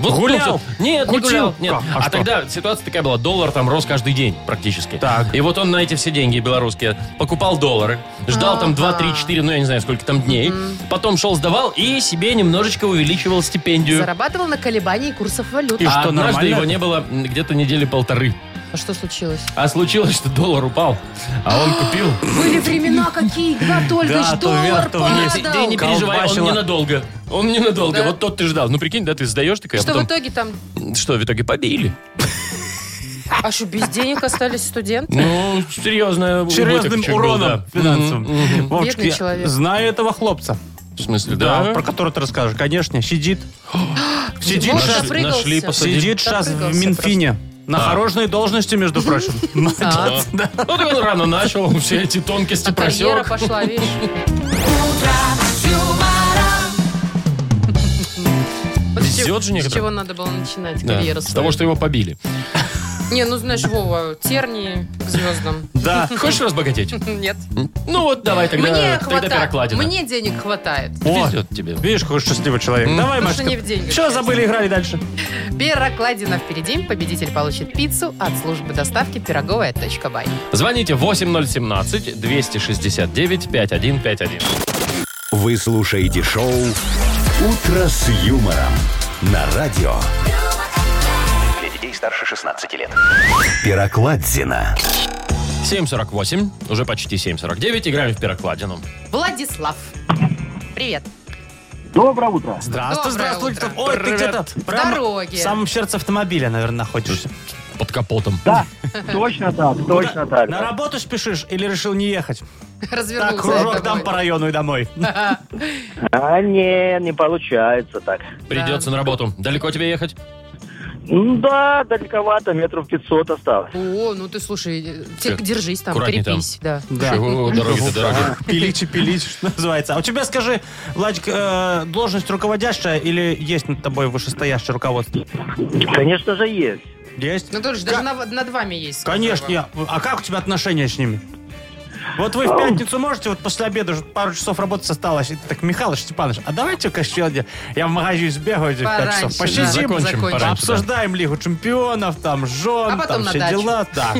Speaker 2: Вот
Speaker 4: Гулял?
Speaker 2: он- Нет, не
Speaker 4: Кутил?
Speaker 2: гулял. Нет.
Speaker 4: Как? А
Speaker 2: А,
Speaker 4: что?
Speaker 2: тогда ситуация такая была. Доллар там рос каждый день практически.
Speaker 4: Так.
Speaker 2: И вот он на эти все деньги белорусские покупал доллары, ждал там 2, 3, 4, ну я не знаю, сколько там дней. Потом шел, сдавал и себе немножечко увеличивал стипендию.
Speaker 3: Зарабатывал на колебании курсов валют.
Speaker 4: И
Speaker 2: а
Speaker 4: что,
Speaker 2: однажды
Speaker 4: нормально?
Speaker 2: его не было м, где-то недели полторы.
Speaker 3: А что случилось?
Speaker 2: А случилось, что доллар упал, а он купил.
Speaker 3: Были времена какие, Игнат Ольгович,
Speaker 4: Да, то
Speaker 3: доллар
Speaker 4: вверх, то вниз.
Speaker 2: Ты
Speaker 3: падал.
Speaker 2: не переживай, он
Speaker 4: Колбасило.
Speaker 2: ненадолго. Он ненадолго.
Speaker 3: Да.
Speaker 2: Вот тот ты ждал. Ну прикинь, да, ты сдаешь такая, а
Speaker 3: Что в
Speaker 2: потом...
Speaker 3: итоге там,
Speaker 2: Что, в итоге побили?
Speaker 3: а что, без денег остались студенты?
Speaker 2: Ну, серьезно.
Speaker 4: Серьезным уроном финансовым. Вовчик,
Speaker 3: Бедный
Speaker 4: я
Speaker 3: человек.
Speaker 4: знаю этого хлопца.
Speaker 2: В смысле, да?
Speaker 4: про который ты расскажешь. Конечно, сидит. сидит
Speaker 3: Вот
Speaker 4: сейчас.
Speaker 3: запрыгался.
Speaker 2: нашли, посадили.
Speaker 4: Сидит сейчас в
Speaker 3: Допрыгался
Speaker 4: Минфине. На хорошей должности, между прочим. Молодец, да.
Speaker 2: Ну, так он рано начал, все эти тонкости
Speaker 3: А карьера
Speaker 2: просек.
Speaker 3: пошла, видишь? Вот с чего-
Speaker 2: Везет же
Speaker 3: С чего
Speaker 2: некоторым.
Speaker 3: надо было начинать
Speaker 2: Да,
Speaker 3: карьеру?
Speaker 2: С
Speaker 3: свою?
Speaker 2: того, что его побили.
Speaker 3: Не, ну знаешь, Вова, тернии к звездам.
Speaker 4: Да.
Speaker 2: Хочешь разбогатеть?
Speaker 3: Нет.
Speaker 2: Ну вот, давай
Speaker 3: Мне
Speaker 2: тогда, тогда
Speaker 3: хватает.
Speaker 2: перокладина.
Speaker 3: Мне денег хватает.
Speaker 4: О,
Speaker 2: Везет тебе.
Speaker 4: видишь, какой счастливый человек. Давай,
Speaker 3: Потому что
Speaker 4: Машка.
Speaker 3: не в деньгах,
Speaker 4: Все,
Speaker 3: конечно.
Speaker 4: забыли, играли дальше.
Speaker 3: Перокладина впереди. Победитель получит пиццу от службы доставки пироговая.бай.
Speaker 2: Звоните 8017-269-5151.
Speaker 1: Вы слушаете шоу «Утро с юмором» на радио
Speaker 5: Для детей старше 16 лет.
Speaker 1: Пирокладзина.
Speaker 2: 748, уже почти 749, играем в перокладину.
Speaker 3: Владислав. Привет.
Speaker 6: Доброе утро.
Speaker 4: Здравствуй,
Speaker 3: Доброе
Speaker 4: здравствуй.
Speaker 3: утро.
Speaker 4: Ой, ты
Speaker 2: Привет.
Speaker 4: где-то прямо
Speaker 3: дороге.
Speaker 4: в самом сердце автомобиля, наверное, находишься.
Speaker 2: Под капотом.
Speaker 6: Да, точно так, точно так.
Speaker 4: На работу спешишь или решил не ехать? Так,
Speaker 3: Развернулся.
Speaker 4: кружок
Speaker 3: я
Speaker 4: дам
Speaker 3: домой.
Speaker 4: по району и домой.
Speaker 6: А не, не получается так.
Speaker 2: Придется на работу. Далеко тебе ехать?
Speaker 6: Ну Да, далековато, метров 500 осталось.
Speaker 3: О, ну ты слушай, э,
Speaker 2: Всё,
Speaker 3: те- держись там,
Speaker 2: аккуратней
Speaker 3: перепись. Да.
Speaker 4: Да.
Speaker 2: Чего дороги-то дорогие?
Speaker 4: Пилить и пилить, что называется. А у тебя, скажи, Владик, э, должность руководящая или есть над тобой вышестоящее руководство?
Speaker 6: Конечно же есть.
Speaker 4: Есть?
Speaker 3: Ну тоже даже над, над вами есть. скажу
Speaker 4: Конечно.
Speaker 3: я
Speaker 4: я- А как у тебя отношения с ними? Вот вы в пятницу можете, вот после обеда ж пару часов работать осталось. И ты так, Михалыч Степанович, а давайте-ка сегодня я в магазин сбегаю этих
Speaker 3: вам.
Speaker 4: пять
Speaker 3: Пораньше,
Speaker 4: часов.
Speaker 3: да,
Speaker 4: Посидим,
Speaker 2: Закончим пораньше.
Speaker 4: обсуждаем Лигу чемпионов, там, жен,
Speaker 3: А потом
Speaker 4: там
Speaker 3: на
Speaker 4: все
Speaker 3: дачу.
Speaker 4: дела. Да.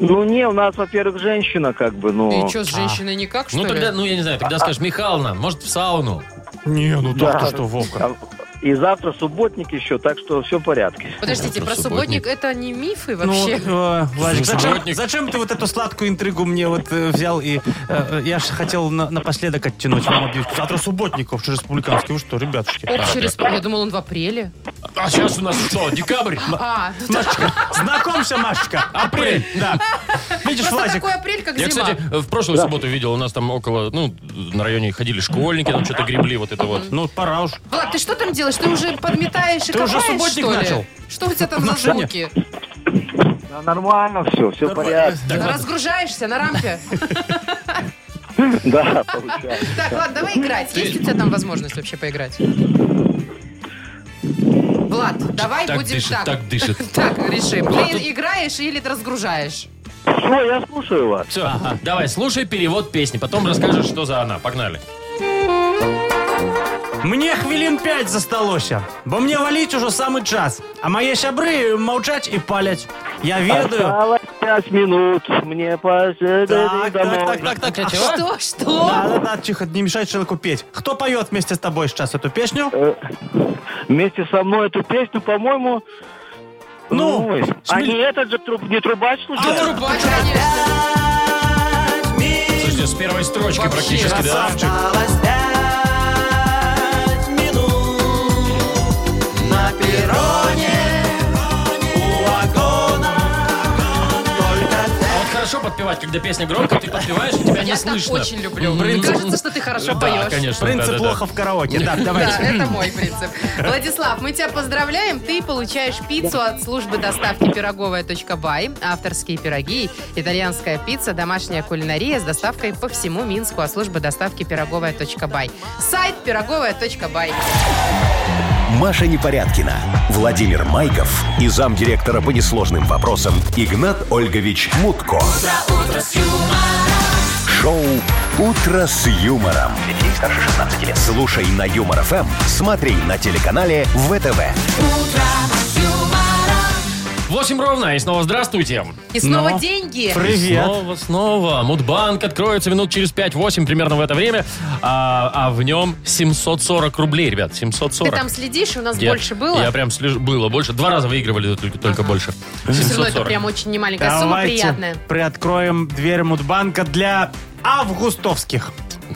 Speaker 6: Ну не, у нас, во-первых, женщина как бы, ну...
Speaker 3: И что, с женщиной никак, что
Speaker 2: Ну
Speaker 3: ли?
Speaker 2: тогда, ну я не знаю, тогда скажешь, Михална, может в сауну?
Speaker 4: Не, ну
Speaker 6: Да.
Speaker 4: так-то что, Вовка.
Speaker 6: а, И завтра субботник еще, так что все в порядке.
Speaker 3: Подождите,
Speaker 2: Про
Speaker 3: про
Speaker 2: субботник.
Speaker 3: субботник это не мифы
Speaker 4: Ну,
Speaker 3: вообще?
Speaker 4: э, Владик, зачем,
Speaker 2: Субботник.
Speaker 4: зачем ты вот эту сладкую интригу мне вот э, взял и... э, э, я же хотел на- напоследок оттянуть. Вам объявить. Завтра субботников же республиканский. Вы что, ребятушки?
Speaker 3: Общереспублика. Я думал, он в апреле.
Speaker 2: А сейчас у нас что, декабрь?
Speaker 3: А, ну да.
Speaker 4: Машечка, знакомься, Машечка.
Speaker 2: Апрель.
Speaker 4: Да. Видишь,
Speaker 3: просто
Speaker 4: Владик,
Speaker 3: такой апрель, как
Speaker 2: Я,
Speaker 3: зима.
Speaker 2: кстати, в прошлую субботу видел, у нас там около, ну, на районе ходили школьники, там что-то гребли, вот это вот.
Speaker 4: Ну, пора уж.
Speaker 3: Влад, ты что там делаешь? Ты уже подметаешь и
Speaker 4: Ты уже
Speaker 3: копаешь,
Speaker 4: субботник
Speaker 3: что ли?
Speaker 4: начал?
Speaker 3: Что у тебя там за
Speaker 4: Отношения?
Speaker 3: звуки?
Speaker 6: Да, нормально все, все в порядке.
Speaker 3: Разгружаешься на рампе?
Speaker 6: Да, получается.
Speaker 3: Так, Влад, давай играть. Есть у тебя там возможность вообще поиграть? Влад, давай
Speaker 2: Так
Speaker 3: будем
Speaker 2: дышит,
Speaker 3: так.
Speaker 2: так дышит.
Speaker 3: Так, решим. Ты играешь или разгружаешь?
Speaker 6: Все, я слушаю вас.
Speaker 2: Все, давай, слушай перевод песни, потом расскажешь, что за она. Погнали.
Speaker 4: Мне хвилин пять засталося, бо мне валить уже самый час, а мои щабры мовчать и палять. Я ведаю.
Speaker 6: Осталось пять минут, мне пора
Speaker 4: Так, так, так, так, так.
Speaker 2: Чё,
Speaker 4: А
Speaker 2: чё?
Speaker 3: Что, что?
Speaker 4: Да, да, да, тихо, не мешай человеку петь. Кто поет вместе с тобой сейчас эту песню?
Speaker 6: Э, Вместе со мной эту песню, по-моему...
Speaker 4: Ну,
Speaker 6: ой, а
Speaker 4: Шмель-
Speaker 6: не этот же труб, не трубач случайно?
Speaker 3: Трубач, конечно.
Speaker 2: Слушайте, с первой строчки
Speaker 3: Вообще
Speaker 2: практически, да?
Speaker 4: Красавчик.
Speaker 2: А вот хорошо подпевать, когда песня громко, ты подпеваешь, и тебя не
Speaker 3: Я так
Speaker 2: слышно.
Speaker 3: очень люблю.
Speaker 2: Блин,
Speaker 3: Кажется, что ты хорошо
Speaker 2: Да,
Speaker 3: поешь.
Speaker 2: конечно. да,
Speaker 4: Принцип
Speaker 2: да, да.
Speaker 4: плохо в караоке. Да,
Speaker 3: Да,
Speaker 4: давайте.
Speaker 3: это мой принцип. Владислав, мы тебя поздравляем. Ты получаешь пиццу от службы доставки пироговая.бай, авторские пироги, итальянская пицца, домашняя кулинария с доставкой по всему Минску от службы доставки пироговая.бай. Сайт пироговая.бай.
Speaker 1: Маша Непорядкина, Владимир Майков и замдиректора по несложным вопросам Игнат Ольгович Мутко. шоу «Утро с юмором».
Speaker 5: Для детей старше 16 лет.
Speaker 1: Слушай на Юмор ФМ, смотри на телеканале ВТВ.
Speaker 2: 8 ровно, и снова здравствуйте.
Speaker 3: И снова
Speaker 2: Ну,
Speaker 4: Но.
Speaker 3: деньги.
Speaker 4: Привет.
Speaker 2: Снова, снова. Мудбанк откроется минут через 5-8, примерно в это время. А, а в нем 740 рублей, ребят, 740.
Speaker 3: Ты там следишь, у нас
Speaker 2: Я-
Speaker 3: больше было.
Speaker 2: Я прям слежу. Было больше. Два раза выигрывали, только, только больше.
Speaker 3: Все равно Ну, это
Speaker 2: 740.
Speaker 3: прям очень немаленькая сумма,
Speaker 4: Давайте
Speaker 3: приятная.
Speaker 4: приоткроем дверь Мудбанка для августовских.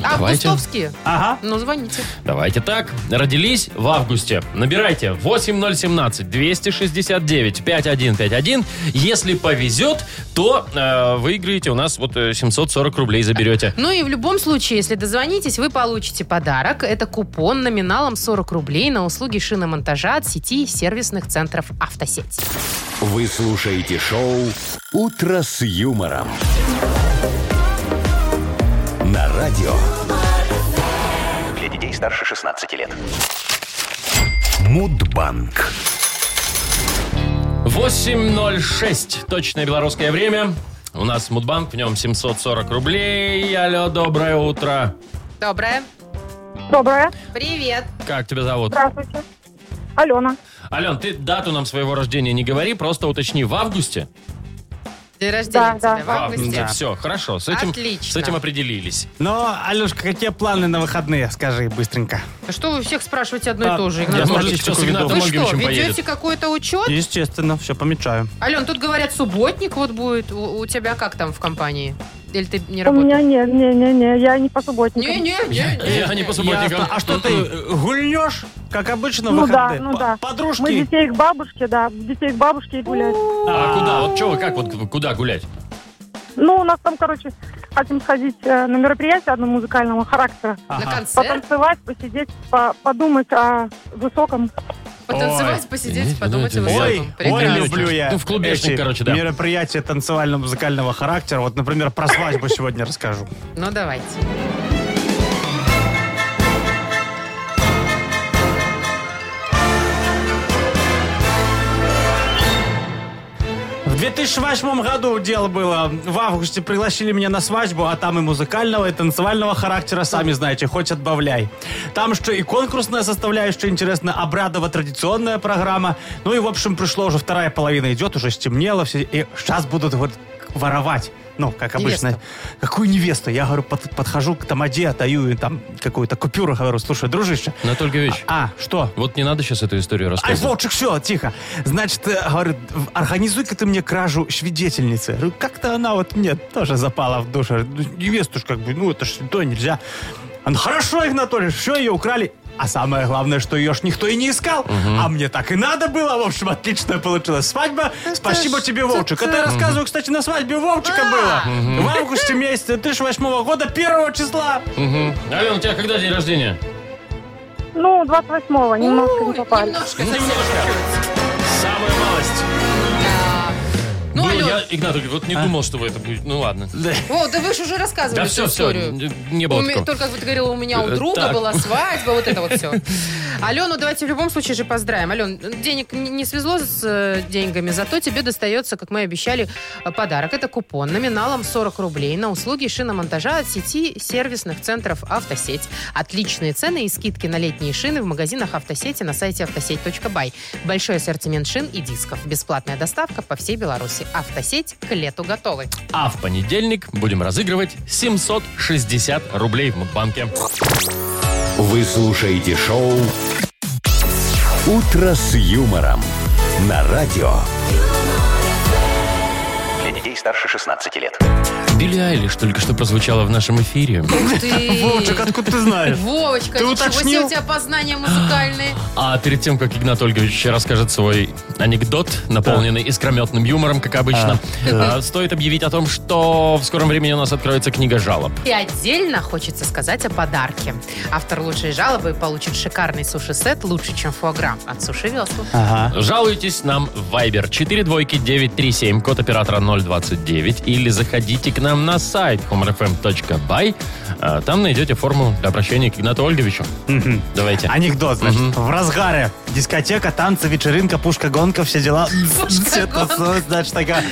Speaker 3: А
Speaker 2: Давайте.
Speaker 3: августовские?
Speaker 4: Ага.
Speaker 3: Ну, звоните.
Speaker 2: Давайте так. Родились в августе. Набирайте 8017-269-5151. Если повезет, то э, выиграете у нас вот э, 740 рублей заберете.
Speaker 3: Ну и в любом случае, если дозвонитесь, вы получите подарок. Это купон номиналом 40 рублей на услуги шиномонтажа от сети сервисных центров «Автосеть».
Speaker 1: Вы слушаете шоу «Утро с юмором». На радио
Speaker 5: Для детей старше 16 лет.
Speaker 1: Мудбанк.
Speaker 2: 8.06. Точное белорусское время. У нас Мудбанк, в нем 740 рублей. Алло, доброе утро.
Speaker 3: Доброе.
Speaker 7: Доброе.
Speaker 3: Привет.
Speaker 2: Как тебя зовут?
Speaker 7: Здравствуйте. Алена.
Speaker 2: Ален, ты дату нам своего рождения не говори, просто уточни, в августе?
Speaker 3: День рождения
Speaker 7: Да,
Speaker 3: у тебя
Speaker 7: да,
Speaker 3: в августе.
Speaker 4: да.
Speaker 2: Все, хорошо, с этим,
Speaker 3: Отлично.
Speaker 2: с этим определились.
Speaker 4: Но, Алешка, какие планы на выходные, скажи быстренько.
Speaker 3: А Что вы всех спрашиваете одно и
Speaker 4: А,
Speaker 3: то же,
Speaker 4: я
Speaker 3: Игнат?
Speaker 4: смотрю,
Speaker 2: Может,
Speaker 4: статистику
Speaker 2: сейчас с Игнатом
Speaker 3: Вы что,
Speaker 2: Ольговичем
Speaker 3: ведете
Speaker 2: поедет.
Speaker 3: какой-то учет?
Speaker 4: Естественно, все помечаю.
Speaker 3: Ален, тут говорят, субботник вот будет. У, у тебя как там в компании? Или ты не
Speaker 7: У
Speaker 3: работаешь?
Speaker 7: меня нет, не, не, не, я не по субботникам.
Speaker 2: Я,
Speaker 3: Не-не-не.
Speaker 2: не по субботникам.
Speaker 4: Ясно. А что ты э, гульнешь, как обычно, в
Speaker 7: Ну да,
Speaker 4: выходные?
Speaker 7: ну
Speaker 4: По-
Speaker 7: да.
Speaker 4: Подружки?
Speaker 7: Мы детей к бабушке, да, детей к бабушке и гулять.
Speaker 2: А куда? Вот что вы, как вот, куда гулять?
Speaker 7: Ну, у нас там, короче, хотим сходить э, на мероприятие одно музыкального характера.
Speaker 3: На
Speaker 4: Ага.
Speaker 3: концерт
Speaker 7: Потанцевать, посидеть, по- подумать о высоком.
Speaker 3: потанцевать,
Speaker 4: Ой.
Speaker 3: посидеть, подумать о
Speaker 2: Ой,
Speaker 4: Ой,
Speaker 3: высоком.
Speaker 4: ой,
Speaker 3: Прекрасно.
Speaker 4: люблю я.
Speaker 2: Ну, в клубешник,
Speaker 4: эти
Speaker 2: короче, да.
Speaker 4: Мероприятия танцевально-музыкального характера. Вот, например, про свадьбу сегодня расскажу.
Speaker 3: Ну, давайте.
Speaker 4: В 2008 году дело было. В августе пригласили меня на свадьбу, а там и музыкального, и танцевального характера, сами знаете, хоть отбавляй. Там что и конкурсная составляющая, интересно, обрадова традиционная программа. Ну и, в общем, пришло уже вторая половина идет, уже стемнело, все, и сейчас будут вот воровать. Ну, как обычно.
Speaker 3: Невесту.
Speaker 4: Какую невесту? Я, говорю, под- подхожу к тамаде, отдаю им там какую-то купюру, говорю, слушай, дружище.
Speaker 2: Анатолий Георгиевич,
Speaker 4: А, что?
Speaker 2: вот не надо сейчас эту историю
Speaker 4: Ай,
Speaker 2: рассказывать.
Speaker 4: Вовчик, все, тихо. Значит, э, говорю, в- организуй-ка ты мне кражу свидетельницы. Говорю, Как-то она вот мне тоже запала в душу. Ну, Невесту ж как бы, ну это ж то нельзя. Он, хорошо, Игнатольевич, все, ее украли. А самое главное, что ее ж никто и не искал. А мне так и надо было. В общем, отлично получилась свадьба. Спасибо тебе, Вовчик. Это я рассказываю, кстати, на свадьбе Вовчика было. В августе месяце 2008 года, 1 числа.
Speaker 2: Мгм. Алена, у тебя когда день рождения?
Speaker 7: Ну, 28-го, немножко не
Speaker 3: Ой,
Speaker 7: попали.
Speaker 3: Немножко
Speaker 2: Ну,
Speaker 3: совсем
Speaker 2: немножко.
Speaker 3: чуть-чуть.
Speaker 2: Самая малость.
Speaker 3: Да. Ну,
Speaker 2: Ну,
Speaker 3: Ален,
Speaker 2: я, Игнат, Ольгович, вот не думал, что вы это будет. Ну, ладно.
Speaker 3: О, да вы же уже рассказывали
Speaker 2: Да
Speaker 3: эту
Speaker 2: все, все,
Speaker 3: историю.
Speaker 2: не было
Speaker 3: У меня-
Speaker 2: такого.
Speaker 3: Только вот говорила, у меня у
Speaker 2: Э,
Speaker 3: друга
Speaker 2: так.
Speaker 3: была свадьба, вот это вот все. Алену давайте в любом случае же поздравим. Ален, денег не не свезло с э, деньгами, зато тебе достается, как мы и обещали, э, подарок. Это купон номиналом 40 рублей на услуги шиномонтажа от сети сервисных центров «Автосеть». Отличные цены и скидки на летние шины в магазинах «Автосети» на сайте автосеть.бай. Большой ассортимент шин и дисков. Бесплатная доставка по всей Беларуси. «Автосеть» к лету готовы.
Speaker 2: А в понедельник будем разыгрывать 760 рублей в Мудбанке.
Speaker 1: Вы слушаете шоу «Утро с юмором». На радио
Speaker 5: Для детей старше 16 лет.
Speaker 2: Билли Айлиш только что прозвучала в нашем эфире.
Speaker 3: Ух ты!
Speaker 4: Вовчик, откуда ты знаешь?
Speaker 3: Вовочка,
Speaker 4: Ты
Speaker 3: ничего себе
Speaker 4: уточнил?
Speaker 3: у тебя познания музыкальные.
Speaker 2: А перед тем, как Игнат Ольгович расскажет свой анекдот, наполненный искрометным юмором, как обычно, а, стоит объявить о том, что в скором времени у нас откроется книга жалоб.
Speaker 3: И отдельно хочется сказать о подарке. Автор лучшей жалобы получит шикарный суши-сет лучше, чем фуаграм от Суши Весла.
Speaker 4: Ага.
Speaker 2: Жалуйтесь нам в Viber 42937, код оператора 029, или заходите к нам на сайт humorfm.by. А, Там найдете формулу для обращения к Игнату Ольговичу. Давайте.
Speaker 4: Анекдот, значит. В разгаре дискотека, танцы, вечеринка, пушка, гонка, все дела. Все танцуют, значит, такая,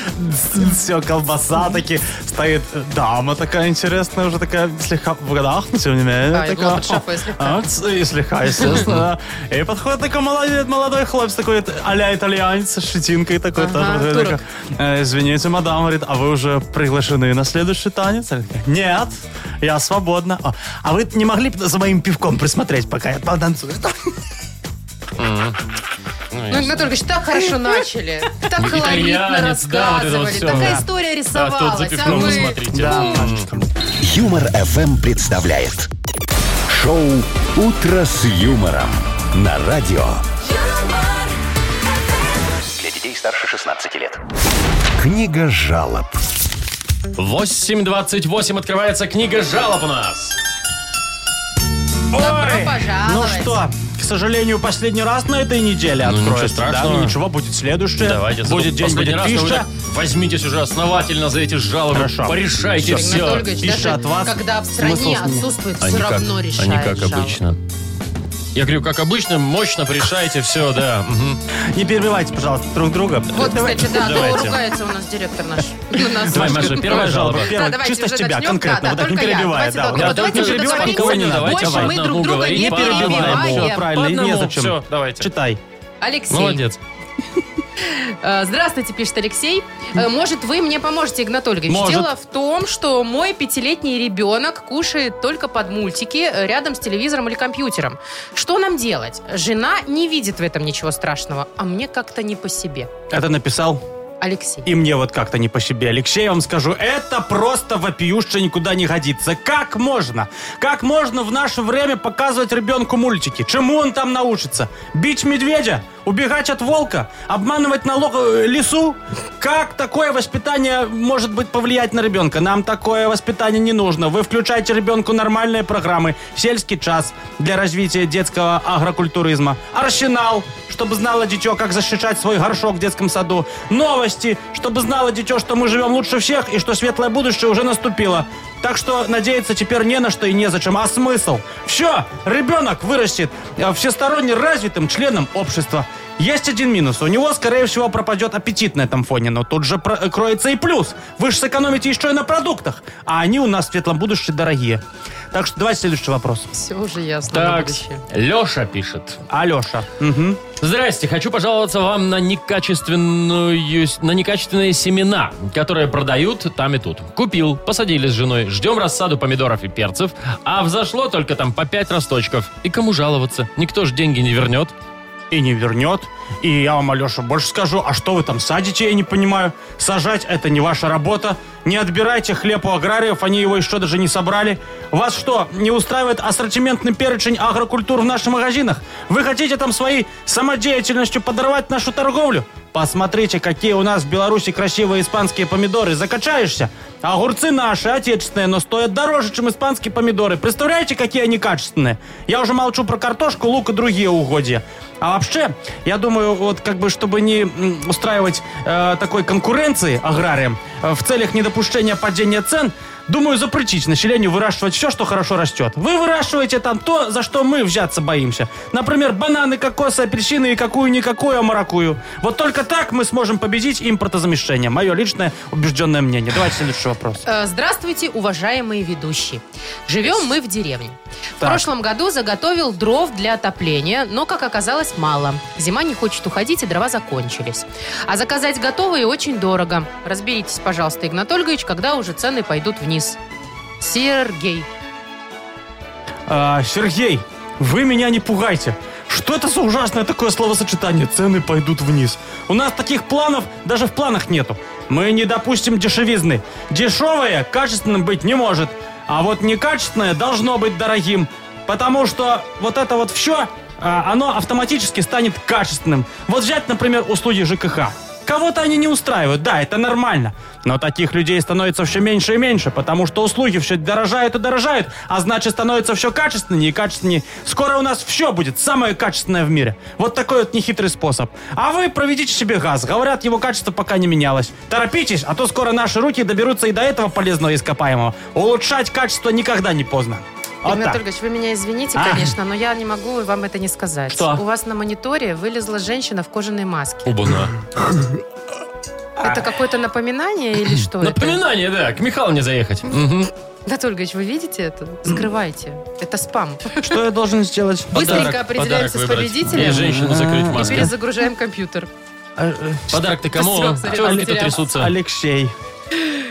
Speaker 4: все, колбаса таки. Стоит э, дама такая интересная, уже такая слегка в годах, но тем не менее.
Speaker 3: Да, и была
Speaker 4: такая,
Speaker 3: под шапкой слегка.
Speaker 4: а, ц- и слегка, естественно. да. И подходит такой молодец, молодой хлопец, такой а-ля итальянец, с щетинкой такой.
Speaker 3: Ага,
Speaker 4: тоже, такой,
Speaker 3: турок.
Speaker 4: «Э, Извините, мадам, говорит, а вы уже приглашены на следующий танец? Она такая, Нет, я свободна. «О, А вы не могли бы за моим пивком присмотреть, пока я потанцую?
Speaker 3: Ну, Игнат Ольгович, так хорошо начали. Так
Speaker 2: Ну,
Speaker 3: колоритно
Speaker 2: итальянец, да, вот это вот
Speaker 3: рассказывали.
Speaker 2: всё,
Speaker 3: Такая
Speaker 2: да.
Speaker 3: история
Speaker 2: Да, тот
Speaker 3: рисовалась.
Speaker 2: за
Speaker 3: А
Speaker 2: пивком
Speaker 3: вы...
Speaker 2: смотрите.
Speaker 1: Юмор FM представляет шоу Утро с юмором на радио.
Speaker 8: юмор,
Speaker 5: Для детей старше 16 лет.
Speaker 1: Книга жалоб.
Speaker 2: 8.28 открывается книга жалоб у нас.
Speaker 3: Добро
Speaker 4: Ну
Speaker 3: пожаловать.
Speaker 4: что, к сожалению, последний раз на этой неделе
Speaker 2: Ну, ничего
Speaker 4: откроется.
Speaker 2: страшного.
Speaker 4: да? Ну, ничего, будет следующее.
Speaker 2: Давайте.
Speaker 4: будет день,
Speaker 2: последний
Speaker 4: будет
Speaker 2: раз. но вы
Speaker 4: фишка.
Speaker 2: так Возьмитесь уже основательно за эти жалобы.
Speaker 4: Хорошо.
Speaker 2: Порешайте
Speaker 3: Игнат
Speaker 2: все.
Speaker 3: Ольгович,
Speaker 4: пища
Speaker 3: даже
Speaker 4: от вас,
Speaker 3: когда в
Speaker 4: смысл
Speaker 3: стране
Speaker 4: с ними.
Speaker 3: отсутствует, все равно решает
Speaker 2: они как
Speaker 3: жалобы.
Speaker 2: обычно. Я говорю, как обычно, мощно порешайте все, да. мгм.
Speaker 4: Не перебивайте, пожалуйста, друг друга.
Speaker 3: Вот, кстати, да,
Speaker 2: давайте.
Speaker 3: то ругается у нас директор наш. на нас.
Speaker 2: Давай, Маша, первая жалоба.
Speaker 4: Первая,
Speaker 3: Да, давайте
Speaker 4: чисто
Speaker 3: уже
Speaker 4: с тебя,
Speaker 3: начнем.
Speaker 4: конкретно.
Speaker 3: Да,
Speaker 4: вот
Speaker 3: да,
Speaker 4: так не
Speaker 3: только я.
Speaker 4: перебивай.
Speaker 3: Давайте
Speaker 4: да.
Speaker 3: только-
Speaker 4: Да,
Speaker 3: Ну, давайте
Speaker 4: только
Speaker 3: уже
Speaker 4: перебивай,
Speaker 3: договоримся.
Speaker 4: никого не надо.
Speaker 2: Давайте
Speaker 4: Давай,
Speaker 3: Больше мы
Speaker 4: давай.
Speaker 3: друг
Speaker 2: Одному
Speaker 3: друга не
Speaker 2: говорить, по одному.
Speaker 4: Всё,
Speaker 3: перебиваем.
Speaker 2: По
Speaker 4: правильно,
Speaker 2: одному,
Speaker 4: незачем.
Speaker 2: всё, давайте.
Speaker 4: Читай.
Speaker 3: Алексей.
Speaker 2: Молодец.
Speaker 3: Э, Здравствуйте, пишет Алексей. Э, Может, вы мне поможете, Игнат Ольгович?
Speaker 4: Может.
Speaker 3: Дело в том, что мой пятилетний ребенок кушает только под мультики э, рядом с телевизором или компьютером. Что нам делать? Жена не видит в этом ничего страшного, а мне как-то не по себе.
Speaker 4: Это написал
Speaker 3: Алексей.
Speaker 4: И мне вот как-то не по себе, Алексей, я вам скажу, это просто вопиюще никуда не годится. Как можно? Как можно в наше время показывать ребенку мультики? Чему он там научится? Бить медведя? Убегать от волка? Обманывать налог э, лису? Как такое воспитание может быть повлиять на ребенка? Нам такое воспитание не нужно. Вы включаете ребенку нормальные программы. Сельский час для развития детского агрокультуризма. Арсенал, чтобы знало дитё, как защищать свой горшок в детском саду. Новости, чтобы знало дитё, что мы живем лучше всех и что светлое будущее уже наступило. Так что надеяться теперь не на что и незачем, а смысл. Все, ребенок вырастет э, всесторонне развитым членом общества. Есть один минус. У него, скорее всего, пропадет аппетит на этом фоне, но тут же про- э, кроется и плюс. Вы же сэкономите еще и на продуктах, а они у нас в светлом будущем дорогие. Так что давайте следующий вопрос.
Speaker 3: Все уже ясно. на
Speaker 2: Так,
Speaker 3: будущее.
Speaker 2: Леша пишет.
Speaker 4: Алеша.
Speaker 2: Здрасте, хочу пожаловаться вам на некачественную, с- на некачественные семена, которые продают там и тут. Купил, посадили с женой, ждем рассаду помидоров и перцев, а взошло только там по 5 росточков. И кому жаловаться? Никто же деньги не вернет.
Speaker 4: и не вернет. И я вам, Алеша, больше скажу, а что вы там садите, я не понимаю. Сажать это не ваша работа. Не отбирайте хлеб у аграриев, они его еще даже не собрали. Вас что, не устраивает ассортиментный перечень агрокультур в наших магазинах? Вы хотите там своей самодеятельностью подорвать нашу торговлю? Посмотрите, какие у нас в Беларуси красивые испанские помидоры. Закачаешься? А Огурцы наши, отечественные, но стоят дороже, чем испанские помидоры. Представляете, какие они качественные? Я уже молчу про картошку, лук и другие угодья. А вообще, я думаю, вот как бы, чтобы не м, устраивать э, такой конкуренции аграриям, э, в целях недопущения падения цен, думаю, запретить населению выращивать все, что хорошо растет. Вы выращиваете там то, за что мы взяться боимся. Например, бананы, кокосы, апельсины и какую-никакую амаракую. Вот только так мы сможем победить импортозамещение. Мое личное убежденное мнение. Давайте следующий вопрос.
Speaker 3: Э, Здравствуйте, уважаемые ведущие. Живем мы в деревне. В
Speaker 4: Так.
Speaker 3: прошлом году заготовил дров для отопления, но, как оказалось, мало. Зима не хочет уходить, и дрова закончились. А заказать готовые очень дорого. Разберитесь, пожалуйста, Игнат Ольгович, когда уже цены пойдут вниз. Сергей.
Speaker 4: А, Сергей, вы меня не пугайте. Что это за ужасное такое словосочетание? Цены пойдут вниз. У нас таких планов даже в планах нету. Мы не допустим дешевизны. Дешевое качественным быть не может. А вот некачественное должно быть дорогим. Потому что вот это вот а, все, оно автоматически станет качественным. Вот взять, например, услуги ЖКХ. Кого-то они не устраивают, да, это нормально. Но таких людей становится все меньше и меньше, потому что услуги все дорожают и дорожают, а значит становится все качественнее и качественнее. Скоро у нас все будет самое качественное в мире. Вот такой вот нехитрый способ. А вы проведите себе газ. Говорят, его качество пока не менялось. Торопитесь, а то скоро наши руки доберутся и до этого полезного ископаемого. Улучшать качество никогда не поздно. Вот
Speaker 3: Игнат
Speaker 4: А так.
Speaker 3: Ольгович, вы меня извините,
Speaker 4: А.
Speaker 3: конечно, но я не могу вам это не сказать.
Speaker 4: Что?
Speaker 3: У вас на мониторе вылезла женщина в кожаной маске.
Speaker 2: Оба-на.
Speaker 4: А.
Speaker 3: Это какое-то напоминание или что это?
Speaker 2: Напоминание, да, к Михаловне заехать. Мгм.
Speaker 3: Игнат Ольгович, вы видите это? Скрывайте. Это спам.
Speaker 4: Что я должен сделать?
Speaker 2: Подарок-
Speaker 3: Быстренько
Speaker 2: подарок
Speaker 3: определяемся с
Speaker 2: выбрать. И
Speaker 3: победителем
Speaker 2: женщину закрыть в
Speaker 3: и
Speaker 2: маске.
Speaker 3: перезагружаем компьютер.
Speaker 4: Э, э,
Speaker 2: Подарок-то кому?
Speaker 3: Всё, смотри,
Speaker 2: Телки-то
Speaker 3: потерялась.
Speaker 2: трясутся.
Speaker 4: Алексей.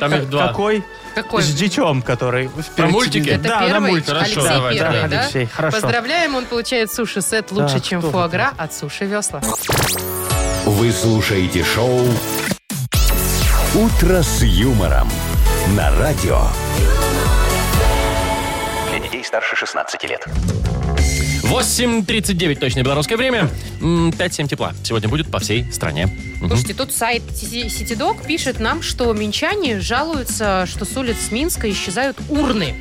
Speaker 2: Там их два.
Speaker 4: Какой?
Speaker 3: Какой?
Speaker 4: С детем, который... впереди
Speaker 2: мультики?
Speaker 4: сидит.
Speaker 3: Это
Speaker 4: да, на
Speaker 3: первый?
Speaker 4: мультик.
Speaker 2: Хорошо,
Speaker 3: Алексей
Speaker 2: давай,
Speaker 3: первый,
Speaker 2: да.
Speaker 3: да?
Speaker 4: Алексей, хорошо.
Speaker 3: Поздравляем, он получает суши-сет лучше,
Speaker 4: Так,
Speaker 3: чем
Speaker 4: кто
Speaker 3: фуагра от суши весла.
Speaker 1: Вы слушаете шоу «Утро с юмором» на радио.
Speaker 5: Для детей старше 16 лет.
Speaker 2: 8.39 точное белорусское время. М, 5-7 тепла. Сегодня будет по всей стране. Мгм.
Speaker 3: Слушайте, тут сайт Си- Ситидок пишет нам, что минчане жалуются, что с улиц Минска исчезают урны.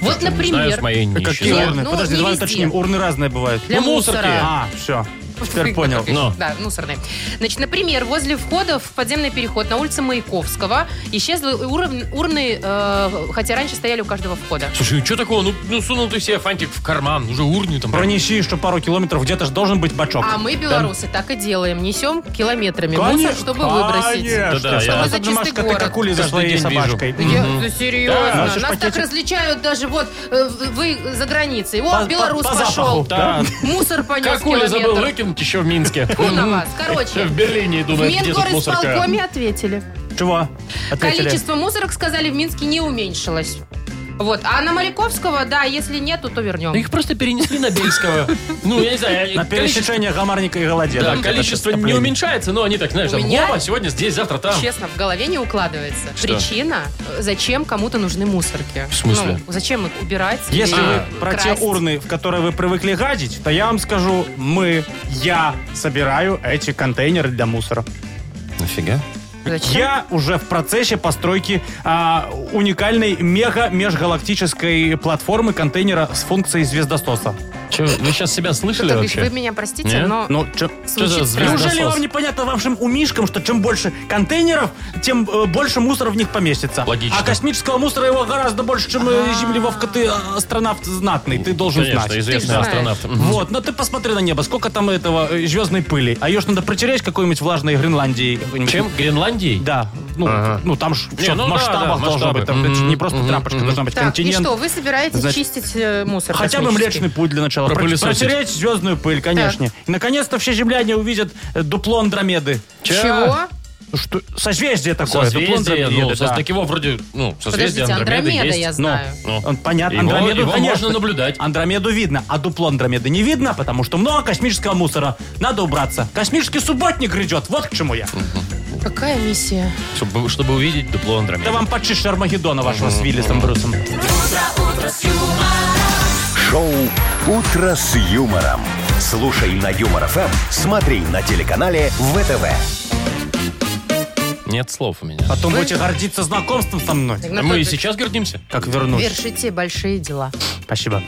Speaker 3: Вот,
Speaker 2: Не знаю, с
Speaker 3: например,
Speaker 2: моей не
Speaker 4: Какие
Speaker 2: исчезает.
Speaker 4: урны?
Speaker 3: Ну,
Speaker 4: Подожди,
Speaker 3: не
Speaker 4: давай
Speaker 3: везде.
Speaker 4: уточним. Урны разные бывают.
Speaker 3: Для
Speaker 4: Ну,
Speaker 3: мусорки.
Speaker 4: А, все. Теперь понял.
Speaker 2: Ну.
Speaker 3: Да, мусорные. Значит, например, возле входа в подземный переход на улице Маяковского исчезли уров- урны, э, хотя раньше стояли у каждого входа.
Speaker 2: Слушай, что такого? Ну, ну, сунул ты себе фантик в карман, уже урни там.
Speaker 4: Пронеси еще пару километров, где-то же должен быть бачок.
Speaker 3: А мы, белорусы, так и делаем. Несем километрами
Speaker 4: Конечно,
Speaker 3: мусор, чтобы выбросить.
Speaker 4: Конечно.
Speaker 2: Да-да, я-
Speaker 4: Что
Speaker 3: Мы
Speaker 4: нас
Speaker 3: за
Speaker 4: обнимашь
Speaker 3: чистый
Speaker 4: коты
Speaker 3: город.
Speaker 4: какули за
Speaker 2: Каждый
Speaker 4: своей
Speaker 2: день вижу.
Speaker 4: собакой?
Speaker 3: Да я- да серьезно,
Speaker 2: Да,
Speaker 4: наши ж
Speaker 3: нас так
Speaker 4: пакетики.
Speaker 3: различают даже вот э, вы за границей. О,
Speaker 4: По-
Speaker 3: белорус
Speaker 4: по- по
Speaker 3: пошел,
Speaker 4: запаху, да.
Speaker 3: мусор понес
Speaker 2: Как Оля забыл
Speaker 3: километр.
Speaker 2: выкинуть еще в Минске.
Speaker 3: Фу на вас. Короче,
Speaker 2: В Берлине
Speaker 3: в
Speaker 2: думает, где тут мусорка.
Speaker 3: Мингорисполкоме ответили.
Speaker 4: Чего? Ответили.
Speaker 3: Количество мусорок, сказали, в Минске не уменьшилось. Вот. А на Маяковского, да, если нету, то вернем.
Speaker 2: Ну, Их просто перенесли на Бельского. Ну, я не знаю.
Speaker 4: На
Speaker 2: я- количество-
Speaker 4: пересечение гомарника и голодец.
Speaker 2: Да, количество не уменьшается, но они так, знаешь,
Speaker 3: У
Speaker 2: там,
Speaker 3: меня-
Speaker 2: «Опа, сегодня здесь, завтра там.
Speaker 3: Честно, в голове не укладывается.
Speaker 2: Что?
Speaker 3: Причина, э, зачем кому-то нужны мусорки.
Speaker 2: В смысле?
Speaker 3: Ну, зачем их убирать?
Speaker 4: Если
Speaker 3: или
Speaker 4: вы про те
Speaker 3: красть?
Speaker 4: урны, в которые вы привыкли гадить, то я вам скажу, мы, я собираю эти контейнеры для мусора.
Speaker 2: Нафига?
Speaker 3: Зачем?
Speaker 4: Я уже в процессе постройки а, уникальной мега-межгалактической платформы контейнера с функцией звездососа.
Speaker 2: Че, вы сейчас себя слышали
Speaker 3: Кто-то говорит,
Speaker 2: вообще?
Speaker 3: Вы меня простите,
Speaker 2: Не?
Speaker 3: но...
Speaker 4: Ну, чё-
Speaker 2: Что за
Speaker 3: Звучит
Speaker 2: звездосос?
Speaker 4: Неужели вам непонятно вашим умишкам, что чем больше контейнеров, тем э, больше мусора в них поместится?
Speaker 2: Логично.
Speaker 4: А космического мусора его гораздо больше, чем э, Земли. Вовка, ты э, астронавт знатный, ты должен
Speaker 2: Конечно,
Speaker 4: знать.
Speaker 2: известный
Speaker 3: знаешь.
Speaker 2: астронавт. Мгм.
Speaker 4: Вот, но ты посмотри на небо, сколько там этого э, звездной пыли. А ее ж надо протереть какой-нибудь влажной Гренландии. какой-нибудь.
Speaker 2: Чем? Гренландией?
Speaker 4: Да. Ну,
Speaker 2: Ага.
Speaker 4: ну там же
Speaker 2: Не,
Speaker 4: все
Speaker 2: ну
Speaker 4: в
Speaker 2: да,
Speaker 4: масштабах
Speaker 2: да,
Speaker 4: должно
Speaker 2: масштабы.
Speaker 4: быть. Там это ж не просто
Speaker 2: Мгм,
Speaker 4: тряпочка,
Speaker 2: мгм.
Speaker 4: должна быть
Speaker 3: Так, и
Speaker 4: континент.
Speaker 3: что, вы собираетесь
Speaker 4: Значит,
Speaker 3: чистить э, мусор
Speaker 4: Хотя бы
Speaker 3: космический?
Speaker 4: Млечный путь для начала. Про-
Speaker 2: Пропылесосить.
Speaker 4: Протереть звездную пыль, конечно. И наконец-то все земляне увидят э, дупло Андромеды.
Speaker 2: Чё?
Speaker 3: Чего?
Speaker 4: Ну Что? Созвездие такое. дупло
Speaker 2: Созвездие,
Speaker 4: Андромеды,
Speaker 2: ну, со-
Speaker 4: да.
Speaker 2: так его вроде, ну, созвездие
Speaker 3: Подождите,
Speaker 2: Андромеды
Speaker 3: Андромеда я
Speaker 2: есть.
Speaker 4: Ну,
Speaker 3: знаю.
Speaker 2: Ну,
Speaker 4: он понятно.
Speaker 2: его-
Speaker 4: Андромеду,
Speaker 2: его
Speaker 4: конечно.
Speaker 2: можно наблюдать.
Speaker 4: Андромеду видно, а дупло Андромеды не видно, потому что много космического мусора. Надо убраться. Космический субботник грядет. Вот к чему я.
Speaker 3: Какая миссия?
Speaker 2: Чтобы, чтобы увидеть дупло Андромеды.
Speaker 4: Это вам почище Армагеддона вашего с Виллисом Брюсом.
Speaker 1: Шоу «Утро с юмором». Слушай на Юмор ФМ, смотри на телеканале ВТВ.
Speaker 2: Нет слов у меня.
Speaker 4: Потом будете гордиться знакомством со мной.
Speaker 2: А
Speaker 3: Игнат
Speaker 2: Мы и
Speaker 3: Ольгович,
Speaker 2: сейчас гордимся.
Speaker 4: Как вернусь.
Speaker 3: Вершите большие дела.
Speaker 4: Спасибо.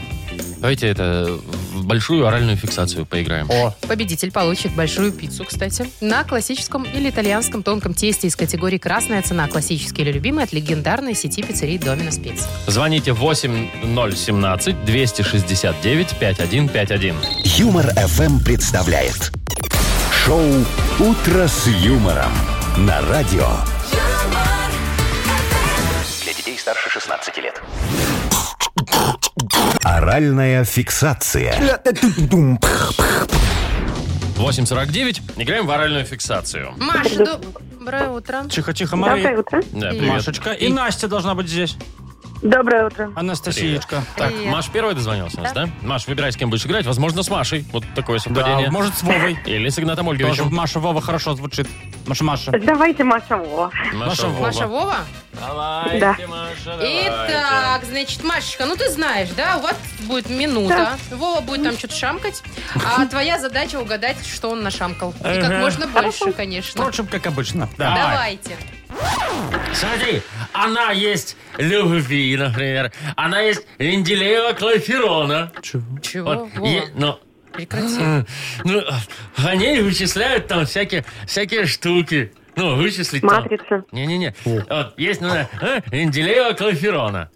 Speaker 2: Давайте это в большую оральную фиксацию поиграем.
Speaker 4: О,
Speaker 3: Победитель получит большую пиццу, кстати, на классическом или итальянском тонком тесте из категории «Красная цена. Классический или любимый» от легендарной сети пиццерий «Доминос Пицца».
Speaker 2: Звоните 8017 269 5151.
Speaker 1: Юмор ФМ представляет. Шоу «Утро с юмором» на радио.
Speaker 5: Для детей старше 16 лет.
Speaker 1: Оральная фиксация.
Speaker 2: 849. Играем в оральную фиксацию.
Speaker 3: Маша, доброе утро.
Speaker 4: тихо-тихо,
Speaker 7: Доброе
Speaker 4: Мария.
Speaker 7: утро.
Speaker 2: Да, привет.
Speaker 4: Машечка. И Настя должна быть здесь.
Speaker 7: Доброе утро.
Speaker 4: Анастасиечка.
Speaker 2: Так,
Speaker 3: Привет.
Speaker 2: Маш первая дозвонилась у нас, да? Маш, выбирай, с кем будешь играть. Возможно, с Машей. Вот такое совпадение.
Speaker 4: Да, А, может, с Вовой.
Speaker 2: Или с Игнатом
Speaker 4: Тоже
Speaker 2: Ольговичем.
Speaker 4: Маша Вова хорошо звучит. Маша Маша.
Speaker 7: Давайте Маша Вова.
Speaker 2: Маша,
Speaker 4: Маша
Speaker 2: Вова.
Speaker 3: Маша Вова?
Speaker 2: Давайте,
Speaker 7: Да.
Speaker 2: Маша,
Speaker 3: Итак, значит, Машечка, ну ты знаешь, да, у вас будет минута. Вова будет там что-то шамкать, а твоя задача угадать, что он нашамкал. И как
Speaker 4: Ага.
Speaker 3: можно больше, конечно.
Speaker 4: Впрочем, как обычно.
Speaker 2: Давай.
Speaker 3: Давайте.
Speaker 2: Смотри, она есть любви, например. Она есть Менделеева клоферона.
Speaker 3: Чего?
Speaker 2: Вот, е-
Speaker 3: Вова,
Speaker 2: ну,
Speaker 3: прекрати.
Speaker 2: м, ну, по ней вычисляют там всякие, всякие штуки. Ну, вычислить там.
Speaker 7: Матрица.
Speaker 2: Не-не-не. Вот, есть, ну, э, Менделеева клоферона.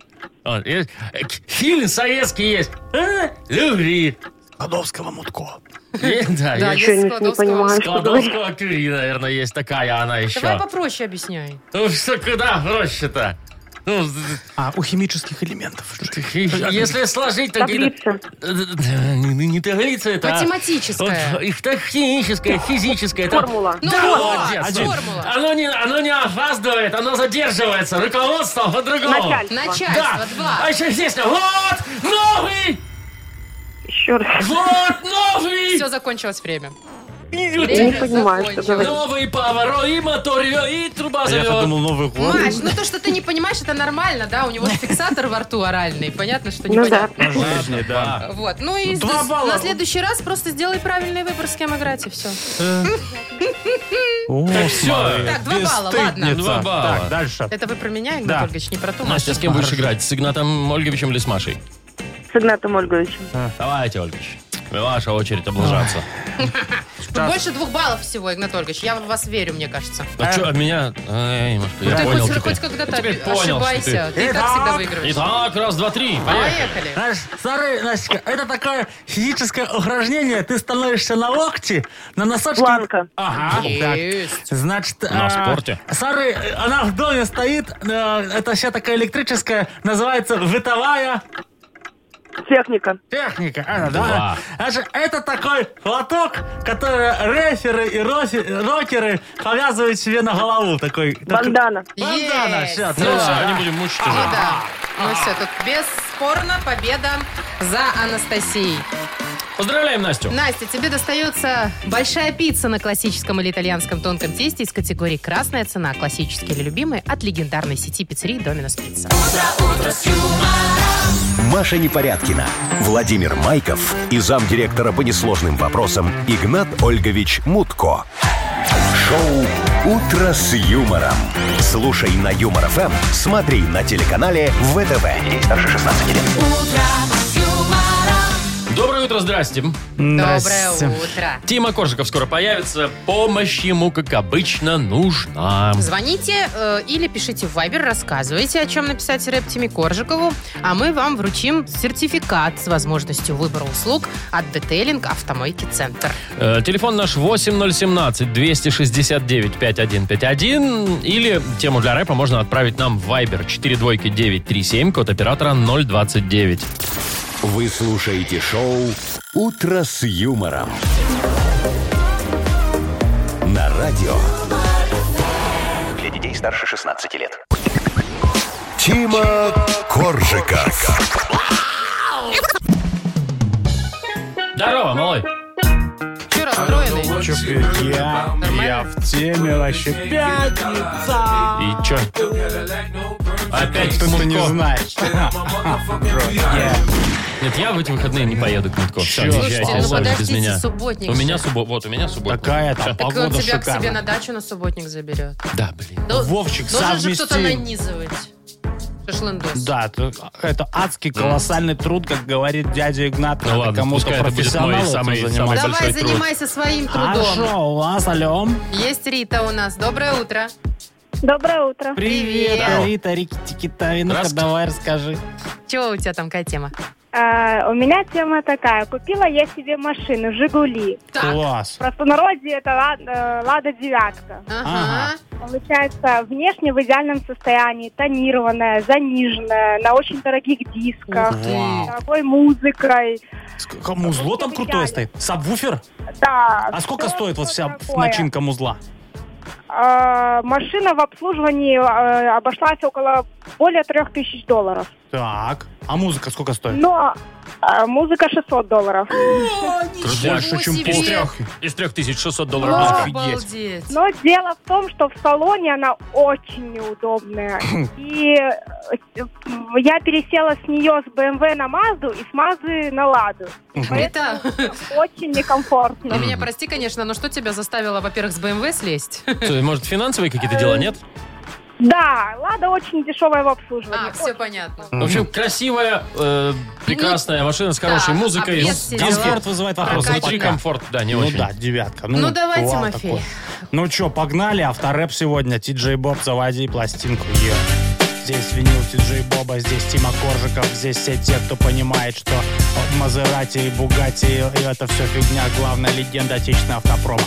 Speaker 2: Вот, есть, э, к- фильм советский есть. Э, любви.
Speaker 4: Кладовского мутко.
Speaker 2: Е, Да,
Speaker 3: Да,
Speaker 2: есть.
Speaker 7: Ничего
Speaker 3: есть
Speaker 7: А не
Speaker 3: Складовского.
Speaker 7: понимаю, что говорить.
Speaker 2: Кладовского Кюри, наверное, есть такая она
Speaker 3: Давай
Speaker 2: еще.
Speaker 3: попроще объясняй.
Speaker 2: Ну, что, куда проще-то? Ну,
Speaker 4: А, у химических элементов.
Speaker 2: Если сложить э,
Speaker 7: Таблица.
Speaker 2: Не, не таблица это, а
Speaker 3: Математическая.
Speaker 2: вот их техническая, физическая. там-
Speaker 7: Формула.
Speaker 3: Ну
Speaker 2: Да,
Speaker 3: вот,
Speaker 2: молодец.
Speaker 3: один. формула.
Speaker 2: Оно не, оно не опаздывает, оно задерживается. Руководство по-другому.
Speaker 7: Начальство.
Speaker 2: Да.
Speaker 3: Начальство,
Speaker 2: А
Speaker 3: два.
Speaker 2: еще здесь вот новый,
Speaker 7: Еще раз.
Speaker 2: вот новый,
Speaker 3: Все, закончилось время.
Speaker 7: Я
Speaker 3: Время
Speaker 7: не понимаю, что
Speaker 3: закончилось.
Speaker 7: говорить.
Speaker 2: новый поворот, и мотор ревет, и труба зовет.
Speaker 4: Новый
Speaker 3: Маш, ну то, что ты не понимаешь, это нормально, да? У него же фиксатор во рту оральный. Понятно, что
Speaker 7: Ну да.
Speaker 3: непонятно. Вот. Ну и
Speaker 4: Два
Speaker 3: с-
Speaker 4: балла.
Speaker 3: на следующий раз просто сделай правильный выбор, с кем играть, и все.
Speaker 4: О, Э,
Speaker 2: Все.
Speaker 3: Так, два балла, ладно.
Speaker 2: Два балла.
Speaker 4: Так, дальше.
Speaker 3: Это вы про меня, Игнат
Speaker 4: Да.
Speaker 3: Ольгович, не про ту
Speaker 2: Настя,
Speaker 3: Машу.
Speaker 2: с кем будешь играть? С Игнатом Ольговичем или с Машей?
Speaker 7: С Игнатом Ольговичем.
Speaker 2: Давайте, Ольгович. Ваша очередь облажаться.
Speaker 3: Тут больше двух баллов всего, Игнат Ольгович. Я в вас верю, мне кажется.
Speaker 2: А что, от меня... Эй, Машка, я
Speaker 3: Ну Ты
Speaker 2: понял
Speaker 3: хоть,
Speaker 2: теперь.
Speaker 3: хоть когда-то
Speaker 2: Я теперь понял,
Speaker 3: ошибайся.
Speaker 2: что
Speaker 3: Ты и так
Speaker 4: Итак.
Speaker 3: всегда
Speaker 2: ты-
Speaker 3: выигрываешь.
Speaker 2: Итак, раз, два, три. Поехали.
Speaker 3: Поехали.
Speaker 4: Знаешь, смотри, Настя, это такое физическое упражнение. Ты становишься на локти, на носочке.
Speaker 7: Планка.
Speaker 4: Ага. так.
Speaker 3: Есть.
Speaker 4: Значит,
Speaker 2: На
Speaker 4: а,
Speaker 2: спорте.
Speaker 4: Сары, э, она в доме стоит, э, это вся такая электрическая, называется бытовая
Speaker 7: Техника.
Speaker 4: техника. А,
Speaker 2: Да.
Speaker 4: да. Значит, это такой платок, который реферы и рофи- рокеры повязывают себе на голову. Такой, такой-
Speaker 7: Бандана.
Speaker 4: Бандана,
Speaker 3: Есть.
Speaker 4: всё,
Speaker 2: Ну
Speaker 4: да.
Speaker 2: всё, не будем мучить уже.
Speaker 3: Ну да. Ну все, тут бесспорно победа за Анастасией.
Speaker 2: Поздравляем Настю.
Speaker 3: Настя, тебе достается большая пицца на классическом или итальянском тонком тесте из категории «Красная цена», классический или любимый, от легендарной сети пиццерий «Доминос Пицца».
Speaker 1: Маша Непорядкина, Владимир Майков и замдиректора по несложным вопросам Игнат Ольгович Мутко. Шоу «Утро с юмором». Слушай на Юмор ФМ, смотри на телеканале ВТВ. Ей старше 16 лет.
Speaker 2: Доброе утро, здрасте.
Speaker 3: Доброе
Speaker 4: Здрасте.
Speaker 3: утро.
Speaker 2: Тима Коржиков скоро появится. Помощь ему, как обычно, нужна.
Speaker 3: Звоните э, или пишите в Viber, рассказывайте, о чем написать рэп Тиме Коржикову, а мы вам вручим сертификат с возможностью выбора услуг от детейлинг автомойки «Центр».
Speaker 2: Э, телефон наш 8017-269-5151. Или тему для рэпа можно отправить нам в Viber 42937, код оператора 029.
Speaker 1: Вы слушаете шоу «Утро с юмором». На радио
Speaker 5: Для детей старше 16 лет.
Speaker 1: Тима Коржика.
Speaker 2: Здорово, малой.
Speaker 3: Че
Speaker 2: ну,
Speaker 3: расстроенный?
Speaker 4: Я, я в теме вообще. Пятница.
Speaker 2: И чё? Опять
Speaker 4: Ты
Speaker 2: Мутко.
Speaker 4: не знаешь.
Speaker 2: Нет, я в эти выходные не поеду к Мутко. Все,
Speaker 4: Чё?
Speaker 2: езжайте,
Speaker 4: Слушайте, ну
Speaker 2: сложите без
Speaker 3: подождите,
Speaker 2: меня.
Speaker 3: субботник
Speaker 2: У
Speaker 3: же.
Speaker 2: меня субботник. Вот, у меня субботник.
Speaker 4: Какая
Speaker 2: Всё.
Speaker 4: там
Speaker 3: Так он
Speaker 4: погода
Speaker 3: тебя к себе
Speaker 4: шикарная.
Speaker 3: на дачу на субботник заберет.
Speaker 2: Да, блин.
Speaker 3: Ну,
Speaker 4: Вовчик,
Speaker 3: Должен же
Speaker 4: совмести.
Speaker 3: кто-то нанизывать. Шашлындос.
Speaker 4: Да, это- это адский колоссальный труд, как говорит дядя Игнат.
Speaker 2: Ну
Speaker 4: Надо
Speaker 2: ладно,
Speaker 4: кому-то
Speaker 2: пускай это будет
Speaker 4: профессионалу
Speaker 2: мой
Speaker 4: этим
Speaker 2: самый- самый
Speaker 4: заниматься.
Speaker 3: Давай
Speaker 2: большой труд.
Speaker 3: занимайся своим трудом.
Speaker 4: Хорошо, у вас, алло.
Speaker 3: Есть Рита у нас. Доброе утро.
Speaker 7: Доброе утро.
Speaker 4: Привет,
Speaker 3: Привет.
Speaker 4: Рита, Рики, Тикита, ну-ка,
Speaker 2: Раз-
Speaker 4: давай расскажи.
Speaker 3: Чего у тебя там какая тема?
Speaker 7: А, у меня тема такая. Купила я себе машину «Жигули».
Speaker 3: Так.
Speaker 4: Класс.
Speaker 7: В простонародье это «Лада, э, «Лада девятка».
Speaker 3: Ага.
Speaker 7: Получается, внешне в идеальном состоянии, тонированная, заниженная, на очень дорогих дисках,
Speaker 4: Ух
Speaker 7: с
Speaker 4: ты.
Speaker 7: дорогой музыкой.
Speaker 4: Ск- Музло там крутое стоит. Сабвуфер?
Speaker 7: Да.
Speaker 4: А сколько
Speaker 7: всё,
Speaker 4: стоит вот
Speaker 7: всё
Speaker 4: вся
Speaker 7: такое.
Speaker 4: начинка музла?
Speaker 7: А, машина в обслуживании а, обошлась около более трех тысяч долларов.
Speaker 4: Так. А музыка сколько стоит?
Speaker 7: Но А, музыка 600 долларов.
Speaker 2: Крутяк.
Speaker 3: Больше, чем
Speaker 2: Из
Speaker 3: пол.
Speaker 2: трех, из трех тысяч 600 долларов. музыка.
Speaker 3: Обалдеть.
Speaker 4: Ну,
Speaker 7: Но дело в том, что в салоне она очень неудобная.
Speaker 2: Хм.
Speaker 7: И э, я пересела с нее с BMW на Мазду и с Мазды на Ладу.
Speaker 3: Это,
Speaker 7: Очень некомфортно.
Speaker 3: ну, меня прости, конечно, но что тебя заставило, во-первых, с БМВ слезть?
Speaker 2: Что, Может, финансовые какие-то дела, нет?
Speaker 7: Да, Лада очень дешевая в обслуживании.
Speaker 3: А, все
Speaker 7: Очень.
Speaker 3: понятно.
Speaker 2: В общем, красивая, э, прекрасная машина с хорошей
Speaker 3: ну, Да,
Speaker 2: музыкой.
Speaker 3: а без
Speaker 2: с
Speaker 3: сериала.
Speaker 2: диски.
Speaker 4: Комфорт вызывает вопросы.
Speaker 3: Прокачка.
Speaker 2: Внутри
Speaker 4: Пока.
Speaker 2: комфорт, да, не
Speaker 4: ну
Speaker 2: очень.
Speaker 4: да, девятка.
Speaker 3: Ну, давай,
Speaker 4: бывало
Speaker 3: Тимофей.
Speaker 4: такое. Ну чё, погнали, авторэп сегодня. Ти-Джей Боб, заводи пластинку. Её. Здесь винил Ти-Джей Боба, здесь Тима Коржиков, здесь все те, кто понимает, что Мазерати и Бугати и это все фигня, главная легенда отечественного автопрома.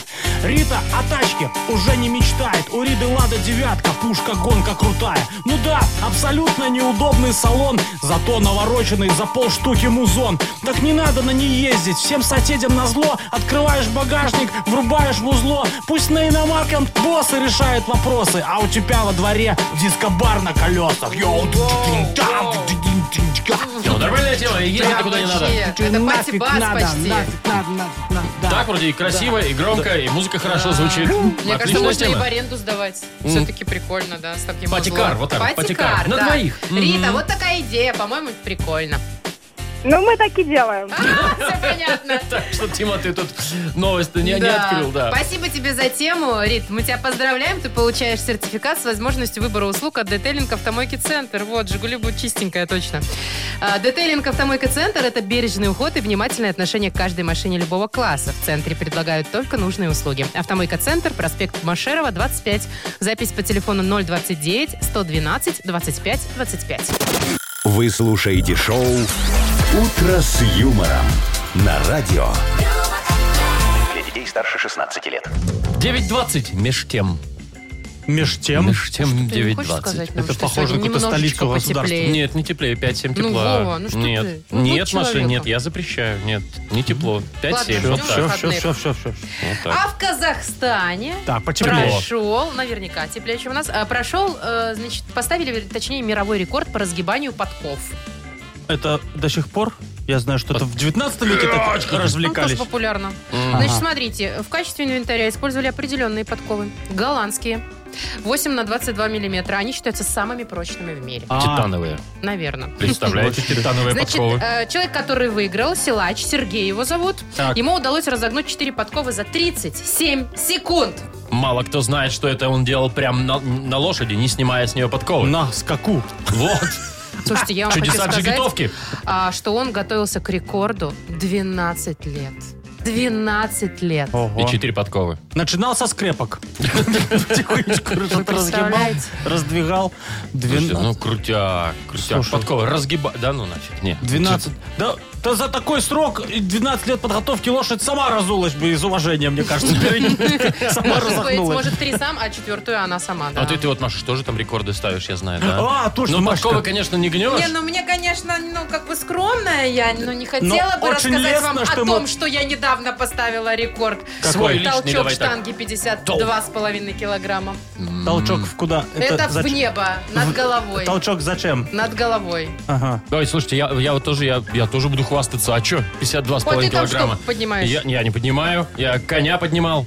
Speaker 4: Рита о тачке уже не мечтает, у Риды Лада девятка, пушка гонка крутая. Ну да, абсолютно неудобный салон, зато навороченный за полштуки музон. Так не надо на ней ездить, всем соседям назло, открываешь багажник, врубаешь в узло, пусть на иномарках боссы решают вопросы, а у тебя во дворе дискобар на колесах. Йоу, ту-ту-тун-там, ту-ту-тун-тун-тка.
Speaker 2: Ну, нормальная тема, и ездить никуда не надо.
Speaker 3: Вообще, Это
Speaker 4: Нафиг
Speaker 3: пати-бас
Speaker 4: надо,
Speaker 3: почти.
Speaker 4: нафиг надо, нафиг надо, да.
Speaker 2: Так вроде и красиво, и громко, и музыка хорошо звучит.
Speaker 3: Мне кажется,
Speaker 2: Отличная
Speaker 3: можно и в
Speaker 2: тема.
Speaker 3: аренду сдавать. Все-таки прикольно, да, с таким
Speaker 2: Патикар,
Speaker 3: узлом.
Speaker 2: вот так вот,
Speaker 3: Патикар,
Speaker 2: патикар. На
Speaker 3: да.
Speaker 2: двоих.
Speaker 3: Рита,
Speaker 2: Мгм.
Speaker 3: вот такая идея, по-моему, прикольно.
Speaker 7: Ну, мы так и делаем.
Speaker 3: Все понятно.
Speaker 2: Так что, Тима, ты тут новость не, не
Speaker 3: Да.
Speaker 2: открыл, да.
Speaker 3: Спасибо тебе за тему, Рит. Мы тебя поздравляем. Ты получаешь сертификат с возможностью выбора услуг от Детейлинг Автомойки Центр. Вот, Жигули будет чистенькая, точно. А, Детейлинг Автомойка Центр – это бережный уход и внимательное отношение к каждой машине любого класса. В центре предлагают только нужные услуги. Автомойка Центр, проспект Машерова, 25. Запись по телефону 029 112 25 25.
Speaker 1: Вы слушаете шоу «Утро с юмором» на радио.
Speaker 5: Для детей старше 16 лет.
Speaker 2: 9.20 меж тем.
Speaker 4: Меж тем,
Speaker 2: Меж тем
Speaker 3: Ну, Ты не хочешь сказать
Speaker 2: 9.20
Speaker 3: нам,
Speaker 4: Это
Speaker 3: что
Speaker 4: похоже на
Speaker 3: сегодня
Speaker 4: какую-то
Speaker 3: немножечко
Speaker 4: столицу государства.
Speaker 3: потеплеет?
Speaker 2: Нет, не теплее, 5-7
Speaker 3: Ну,
Speaker 2: тепла.
Speaker 3: Вова, ну что
Speaker 2: нет.
Speaker 3: ты? Ну,
Speaker 2: нет,
Speaker 3: вот
Speaker 2: Маша, нет,
Speaker 3: человека.
Speaker 2: я запрещаю. Нет, не тепло. 5-7,
Speaker 3: ждем
Speaker 2: вот так.
Speaker 4: все, все,
Speaker 3: выходных.
Speaker 4: все, все, все.
Speaker 2: Вот так.
Speaker 3: А в Казахстане
Speaker 4: Так, потеплее.
Speaker 3: прошел, наверняка теплее, чем у нас, а, прошел, э, значит, поставили, точнее, мировой рекорд по разгибанию подков. Ну,
Speaker 4: Это до сих пор? Я знаю, что это в 19 веке так
Speaker 3: Ну, тоже
Speaker 4: развлекались.
Speaker 3: популярно.
Speaker 2: М.
Speaker 3: Значит,
Speaker 4: Ага.
Speaker 3: смотрите, в качестве инвентаря использовали определенные подковы. Голландские. 8 на 22 миллиметра. Они считаются самыми прочными в мире.
Speaker 4: А,
Speaker 2: Титановые.
Speaker 3: Наверное.
Speaker 2: Представляете, титановые
Speaker 3: Значит,
Speaker 2: подковы.
Speaker 3: э, человек, который выиграл, силач, Сергей его зовут,
Speaker 4: Так.
Speaker 3: ему удалось разогнуть 4 подковы за 37 секунд.
Speaker 2: Мало кто знает, что это он делал прям на, на лошади, не снимая с нее подковы.
Speaker 4: На скаку.
Speaker 2: Вот.
Speaker 3: Слушайте, я вам хочу
Speaker 2: Чудеса
Speaker 3: сказать...
Speaker 2: джигитовки.
Speaker 3: а, что он готовился к рекорду 12 лет. 12 лет.
Speaker 4: Ого.
Speaker 2: И четыре подковы.
Speaker 4: Начинал со скрепок. Потихонечку что-то разгибал,
Speaker 3: представляете?
Speaker 4: раздвигал.
Speaker 2: Слушайте, ну
Speaker 4: 12.
Speaker 2: крутяк, крутяк.
Speaker 4: Слушай.
Speaker 2: Подковы разгиба... Да ну нафиг, не.
Speaker 4: 12. Да, да за такой срок и 12 лет подготовки лошадь сама разулась бы из уважения, мне кажется. перед ним. Сама
Speaker 3: Может быть,
Speaker 4: разогнулась.
Speaker 3: может, три сам, а четвертую она сама, да.
Speaker 2: А ты, ты вот, Маша, тоже там рекорды ставишь, я знаю, да?
Speaker 4: А, точно,
Speaker 2: Ну, подковы,
Speaker 4: Машка.
Speaker 2: конечно, не гнешь.
Speaker 3: Не, ну мне, конечно, ну как бы скромная я, но не хотела
Speaker 4: Но
Speaker 3: бы
Speaker 4: очень
Speaker 3: рассказать
Speaker 4: лестно,
Speaker 3: вам
Speaker 4: что
Speaker 3: о
Speaker 4: мы-
Speaker 3: том, что я недавно поставила рекорд.
Speaker 2: Какой?
Speaker 3: Свой
Speaker 2: Личный,
Speaker 3: толчок
Speaker 2: давай так.
Speaker 3: штанги 52,5 килограмма.
Speaker 4: Толчок в куда?
Speaker 3: Это в
Speaker 4: зач-
Speaker 3: небо, над
Speaker 4: в-
Speaker 3: головой.
Speaker 4: Толчок зачем?
Speaker 3: Над головой.
Speaker 4: Ага.
Speaker 2: Ой, слушайте, я, я вот тоже, я, я тоже буду хвастаться. А что? 52,5
Speaker 3: Вот ты там
Speaker 2: килограмма.
Speaker 3: что поднимаешь?
Speaker 2: Я, я не поднимаю. Я коня поднимал.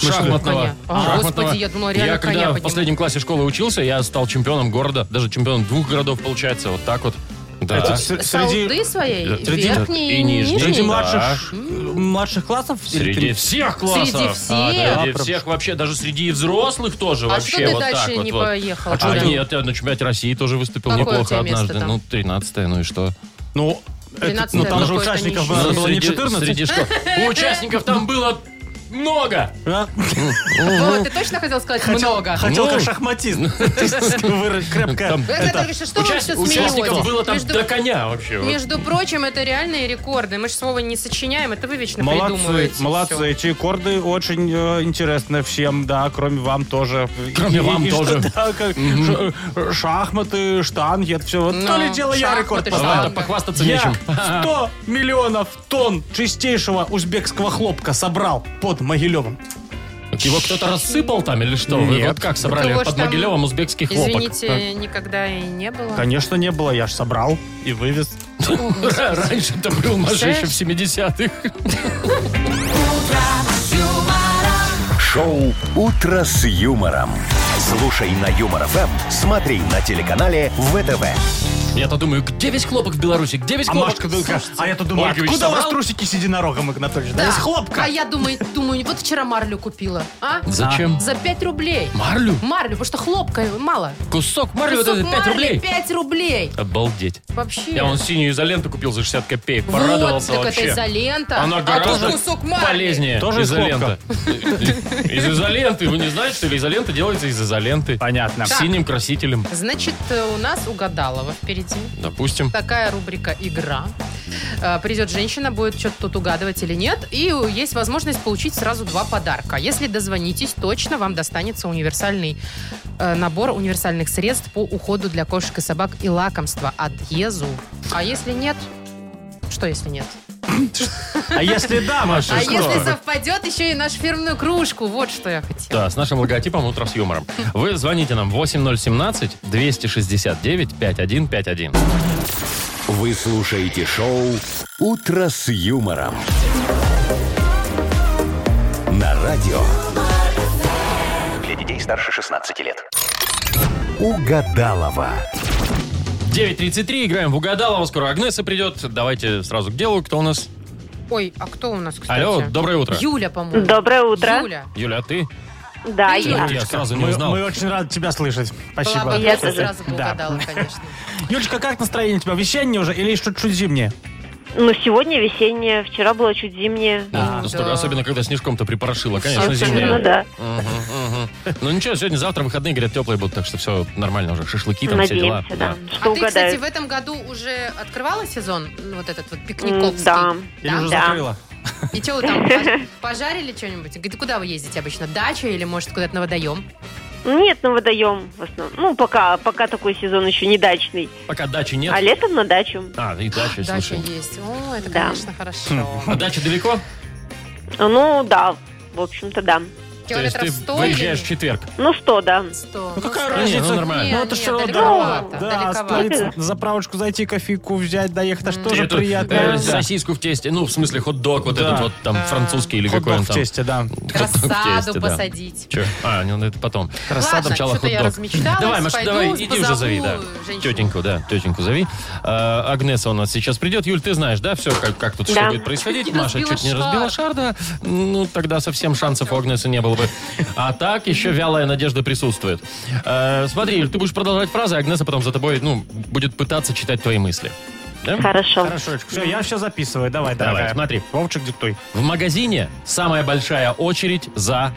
Speaker 2: Шахматного.
Speaker 3: Коня. А,
Speaker 2: Шахматного.
Speaker 3: господи, я думала, реально
Speaker 2: Я когда
Speaker 3: коня
Speaker 2: в
Speaker 3: поднимал.
Speaker 2: последнем классе школы учился, я стал чемпионом города. Даже чемпионом двух городов, получается. Вот так вот. Да.
Speaker 4: Это с- среди
Speaker 3: Солды своей,
Speaker 2: Среди-
Speaker 3: верхний
Speaker 2: и
Speaker 3: и
Speaker 2: нижний.
Speaker 3: нижний.
Speaker 4: среди
Speaker 2: Да.
Speaker 4: младших младших классов? или
Speaker 2: Среди
Speaker 4: перед-
Speaker 2: всех классов.
Speaker 3: Среди
Speaker 2: А,
Speaker 3: всех?
Speaker 2: среди всех вообще, даже среди взрослых тоже
Speaker 3: А
Speaker 2: вообще.
Speaker 3: что ты
Speaker 2: вот
Speaker 3: дальше
Speaker 2: так вот,
Speaker 3: не
Speaker 2: вот.
Speaker 3: поехал?
Speaker 2: А,
Speaker 3: Куда?
Speaker 4: ну,
Speaker 2: нет, я на чемпионате России тоже выступил
Speaker 3: Какое у
Speaker 2: неплохо
Speaker 3: тебя место
Speaker 2: однажды.
Speaker 3: там?
Speaker 2: Ну, 13 ну и что?
Speaker 4: Ну, это-
Speaker 3: 13
Speaker 4: ну там же
Speaker 3: какое-то
Speaker 4: участников
Speaker 3: нищее.
Speaker 4: было не
Speaker 2: Ну, среди-
Speaker 4: 14.
Speaker 2: среди школ. У участников там было много.
Speaker 4: а?
Speaker 3: Вова, ты точно хотел сказать много?
Speaker 4: Хотел
Speaker 2: Ну.
Speaker 4: как шахматист. Вырос Крепко.
Speaker 2: Там-
Speaker 3: Вы,
Speaker 2: Это-
Speaker 3: Анатолий, что вы
Speaker 2: Участ-
Speaker 3: все
Speaker 2: Участников
Speaker 3: смеетесь?
Speaker 2: было там
Speaker 3: Между-
Speaker 2: до коня вообще. вот.
Speaker 3: Между прочим, это реальные рекорды. Мы же слова не сочиняем, это вы вечно
Speaker 4: Молодцы,
Speaker 3: придумываете.
Speaker 4: молодцы. Эти аккорды очень э, интересны всем, да, кроме вам тоже.
Speaker 2: Кроме вам
Speaker 4: что,
Speaker 2: тоже.
Speaker 4: да, как ш- э, шахматы, штанги, это все. Вот
Speaker 3: Ну,
Speaker 4: то ли дело я
Speaker 3: шахматы,
Speaker 4: рекорд
Speaker 2: А вам-то
Speaker 3: штанга.
Speaker 4: поставил.
Speaker 2: похвастаться
Speaker 4: Я
Speaker 2: нечем.
Speaker 4: 100 миллионов тонн чистейшего узбекского хлопка собрал под Могилевым.
Speaker 2: Его кто-то рассыпал там или что? Вы
Speaker 4: Нет.
Speaker 2: вот как собрали
Speaker 3: Кого ж
Speaker 2: под
Speaker 3: там-
Speaker 2: Могилевым узбекский хлопок?
Speaker 3: Извините, никогда и не было.
Speaker 4: Конечно, не было, я ж собрал и вывез.
Speaker 2: Раньше-то был Маша еще в 70-х.
Speaker 1: Шоу «Утро с юмором». Слушай на Юмор ФМ, смотри на телеканале ВТВ.
Speaker 2: Я-то думаю, где весь хлопок в Беларуси? Где весь
Speaker 8: А
Speaker 2: хлопок?
Speaker 8: Машка только, а я-то думаю,
Speaker 2: Ольгович
Speaker 8: откуда у вас
Speaker 2: собрал?
Speaker 8: трусики с единорогом, Игнатович? Да,
Speaker 3: Да.
Speaker 8: из хлопка.
Speaker 3: А я думаю, думаю, вот вчера марлю купила. А?
Speaker 2: Зачем?
Speaker 3: За 5 рублей.
Speaker 2: Марлю?
Speaker 3: Марлю, потому что хлопка мало.
Speaker 2: Кусок марли, вот это 5 рублей.
Speaker 3: 5 рублей.
Speaker 2: Обалдеть.
Speaker 3: Вообще.
Speaker 2: Я вон синюю изоленту купил за 60 копеек. Порадовался
Speaker 3: вот, так
Speaker 2: вообще.
Speaker 3: это изолента.
Speaker 2: Она
Speaker 3: а
Speaker 2: гораздо
Speaker 3: тут кусок марли.
Speaker 2: полезнее.
Speaker 4: Тоже из
Speaker 2: изолента. Из изоленты. Вы не знаете, что ли? Изолента делается из изоленты.
Speaker 4: Понятно.
Speaker 2: С Синим красителем.
Speaker 3: Значит, э, у нас угадалова впереди.
Speaker 2: Допустим.
Speaker 3: Такая рубрика «Игра». Э, Придет женщина, будет что-то тут угадывать или нет. И э, есть возможность получить сразу два подарка. Если дозвонитесь, точно вам достанется универсальный э, набор универсальных средств по уходу для кошек и собак и лакомства от Езу. А если нет... Что если нет?
Speaker 4: А если да, Маша,
Speaker 3: а
Speaker 4: что?
Speaker 3: если совпадет еще и нашу фирменную кружку? Вот что я хотела.
Speaker 2: Да, с нашим логотипом «Утро с юмором». Вы звоните нам 8017-269-5151.
Speaker 1: Вы слушаете шоу «Утро с юмором». На радио
Speaker 5: Для детей старше 16 лет.
Speaker 1: «Угадалова».
Speaker 2: 9.33, играем в Угадалова, скоро Агнеса придет. Давайте сразу к делу, кто у нас?
Speaker 3: Ой, а кто у нас, кстати?
Speaker 2: Алло, доброе утро.
Speaker 3: Юля, по-моему.
Speaker 9: Доброе утро.
Speaker 3: Юля.
Speaker 2: Юля, а ты?
Speaker 9: Да,
Speaker 3: Привет.
Speaker 9: я.
Speaker 2: Я сразу не
Speaker 4: Мы,
Speaker 2: узнал.
Speaker 4: мы очень рады тебя слышать.
Speaker 3: Была бы
Speaker 4: Спасибо.
Speaker 9: Я
Speaker 3: Агнеса,
Speaker 9: тоже.
Speaker 3: сразу бы
Speaker 4: Да.
Speaker 3: угадала, конечно.
Speaker 4: Юлечка, как настроение у тебя? Весеннее уже или еще чуть зимнее?
Speaker 9: Ну, сегодня весеннее, вчера было чуть зимнее.
Speaker 2: Ну,
Speaker 3: Да.
Speaker 2: столько- Особенно, когда снежком-то припорошило, конечно,
Speaker 9: Абсолютно,
Speaker 2: зимнее.
Speaker 9: да.
Speaker 2: Мгм, мгм. Ну ничего, сегодня, завтра выходные, говорят, теплые будут, так что все нормально уже. Шашлыки там, все дела.
Speaker 9: Надеемся, да.
Speaker 3: А
Speaker 9: Что
Speaker 3: ты, кстати,
Speaker 9: угадают.
Speaker 3: в этом году уже открывала сезон, ну, вот этот вот
Speaker 9: М,
Speaker 3: пикниковский?
Speaker 9: Да.
Speaker 4: Или уже
Speaker 9: Да.
Speaker 4: закрыла?
Speaker 3: И что вы там, пож- пожарили что-нибудь? Г- Куда вы ездите обычно? Дача или, может, куда-то на водоем?
Speaker 9: Нет, на водоем в основном. Ну, пока, пока такой сезон еще не дачный.
Speaker 2: Пока дачи нет.
Speaker 9: А летом на дачу.
Speaker 2: А, и дача,
Speaker 3: Дача
Speaker 2: слушай.
Speaker 3: есть. О, это,
Speaker 9: Да.
Speaker 3: конечно, хорошо.
Speaker 2: А дача далеко?
Speaker 9: Ну, да, в общем-то, да.
Speaker 2: То есть
Speaker 3: Километров
Speaker 2: ты
Speaker 3: 100
Speaker 2: выезжаешь в
Speaker 3: или
Speaker 2: четверг.
Speaker 9: ну что, да.
Speaker 3: 100?
Speaker 4: Ну, какая
Speaker 2: Не,
Speaker 4: разница?
Speaker 2: ну, нормально.
Speaker 3: Не,
Speaker 4: Ну, это
Speaker 3: не,
Speaker 4: все
Speaker 3: далековато,
Speaker 4: Да,
Speaker 3: далековато.
Speaker 4: остановиться на заправочку зайти, кофейку взять, доехать, аж тоже
Speaker 2: Это,
Speaker 4: приятно.
Speaker 2: э,
Speaker 4: Да.
Speaker 2: Сосиску в тесте, ну, в смысле, хот-дог, вот
Speaker 4: Да.
Speaker 2: этот вот
Speaker 3: Э,
Speaker 2: там французский или
Speaker 4: Хот-дог
Speaker 2: какой он
Speaker 4: в
Speaker 2: там.
Speaker 4: тесте, да.
Speaker 2: Хот-дог в
Speaker 3: Рассаду
Speaker 2: тесте, да.
Speaker 3: посадить.
Speaker 2: Чё? А, ну это потом.
Speaker 3: Ладно,
Speaker 2: сначала
Speaker 3: что-то я
Speaker 2: хот-дог.
Speaker 3: размечталась.
Speaker 2: Давай, Маш,
Speaker 3: Пойду
Speaker 2: давай, иди
Speaker 3: позову
Speaker 2: уже зови, да.
Speaker 3: женщину.
Speaker 2: Тетеньку, да, тетеньку зови. А, Агнеса у нас сейчас придет. Юль, ты знаешь, да, все, как, как тут что
Speaker 9: Да.
Speaker 2: будет происходить?
Speaker 3: Чуть не
Speaker 2: Маша
Speaker 3: разбила
Speaker 2: чуть не
Speaker 3: шар.
Speaker 2: разбила шар, да. Ну, тогда совсем шансов у Агнесы не было бы. А так еще вялая надежда присутствует. Э, Смотри, Юль, ты будешь продолжать фразы, а Агнеса потом за тобой, ну, будет пытаться читать твои мысли. Да?
Speaker 9: Хорошо.
Speaker 4: Хорошо, все, я все записываю. Давай,
Speaker 2: Давай,
Speaker 4: дорогая.
Speaker 2: смотри.
Speaker 4: Вовчик, диктуй.
Speaker 2: В магазине самая большая очередь за...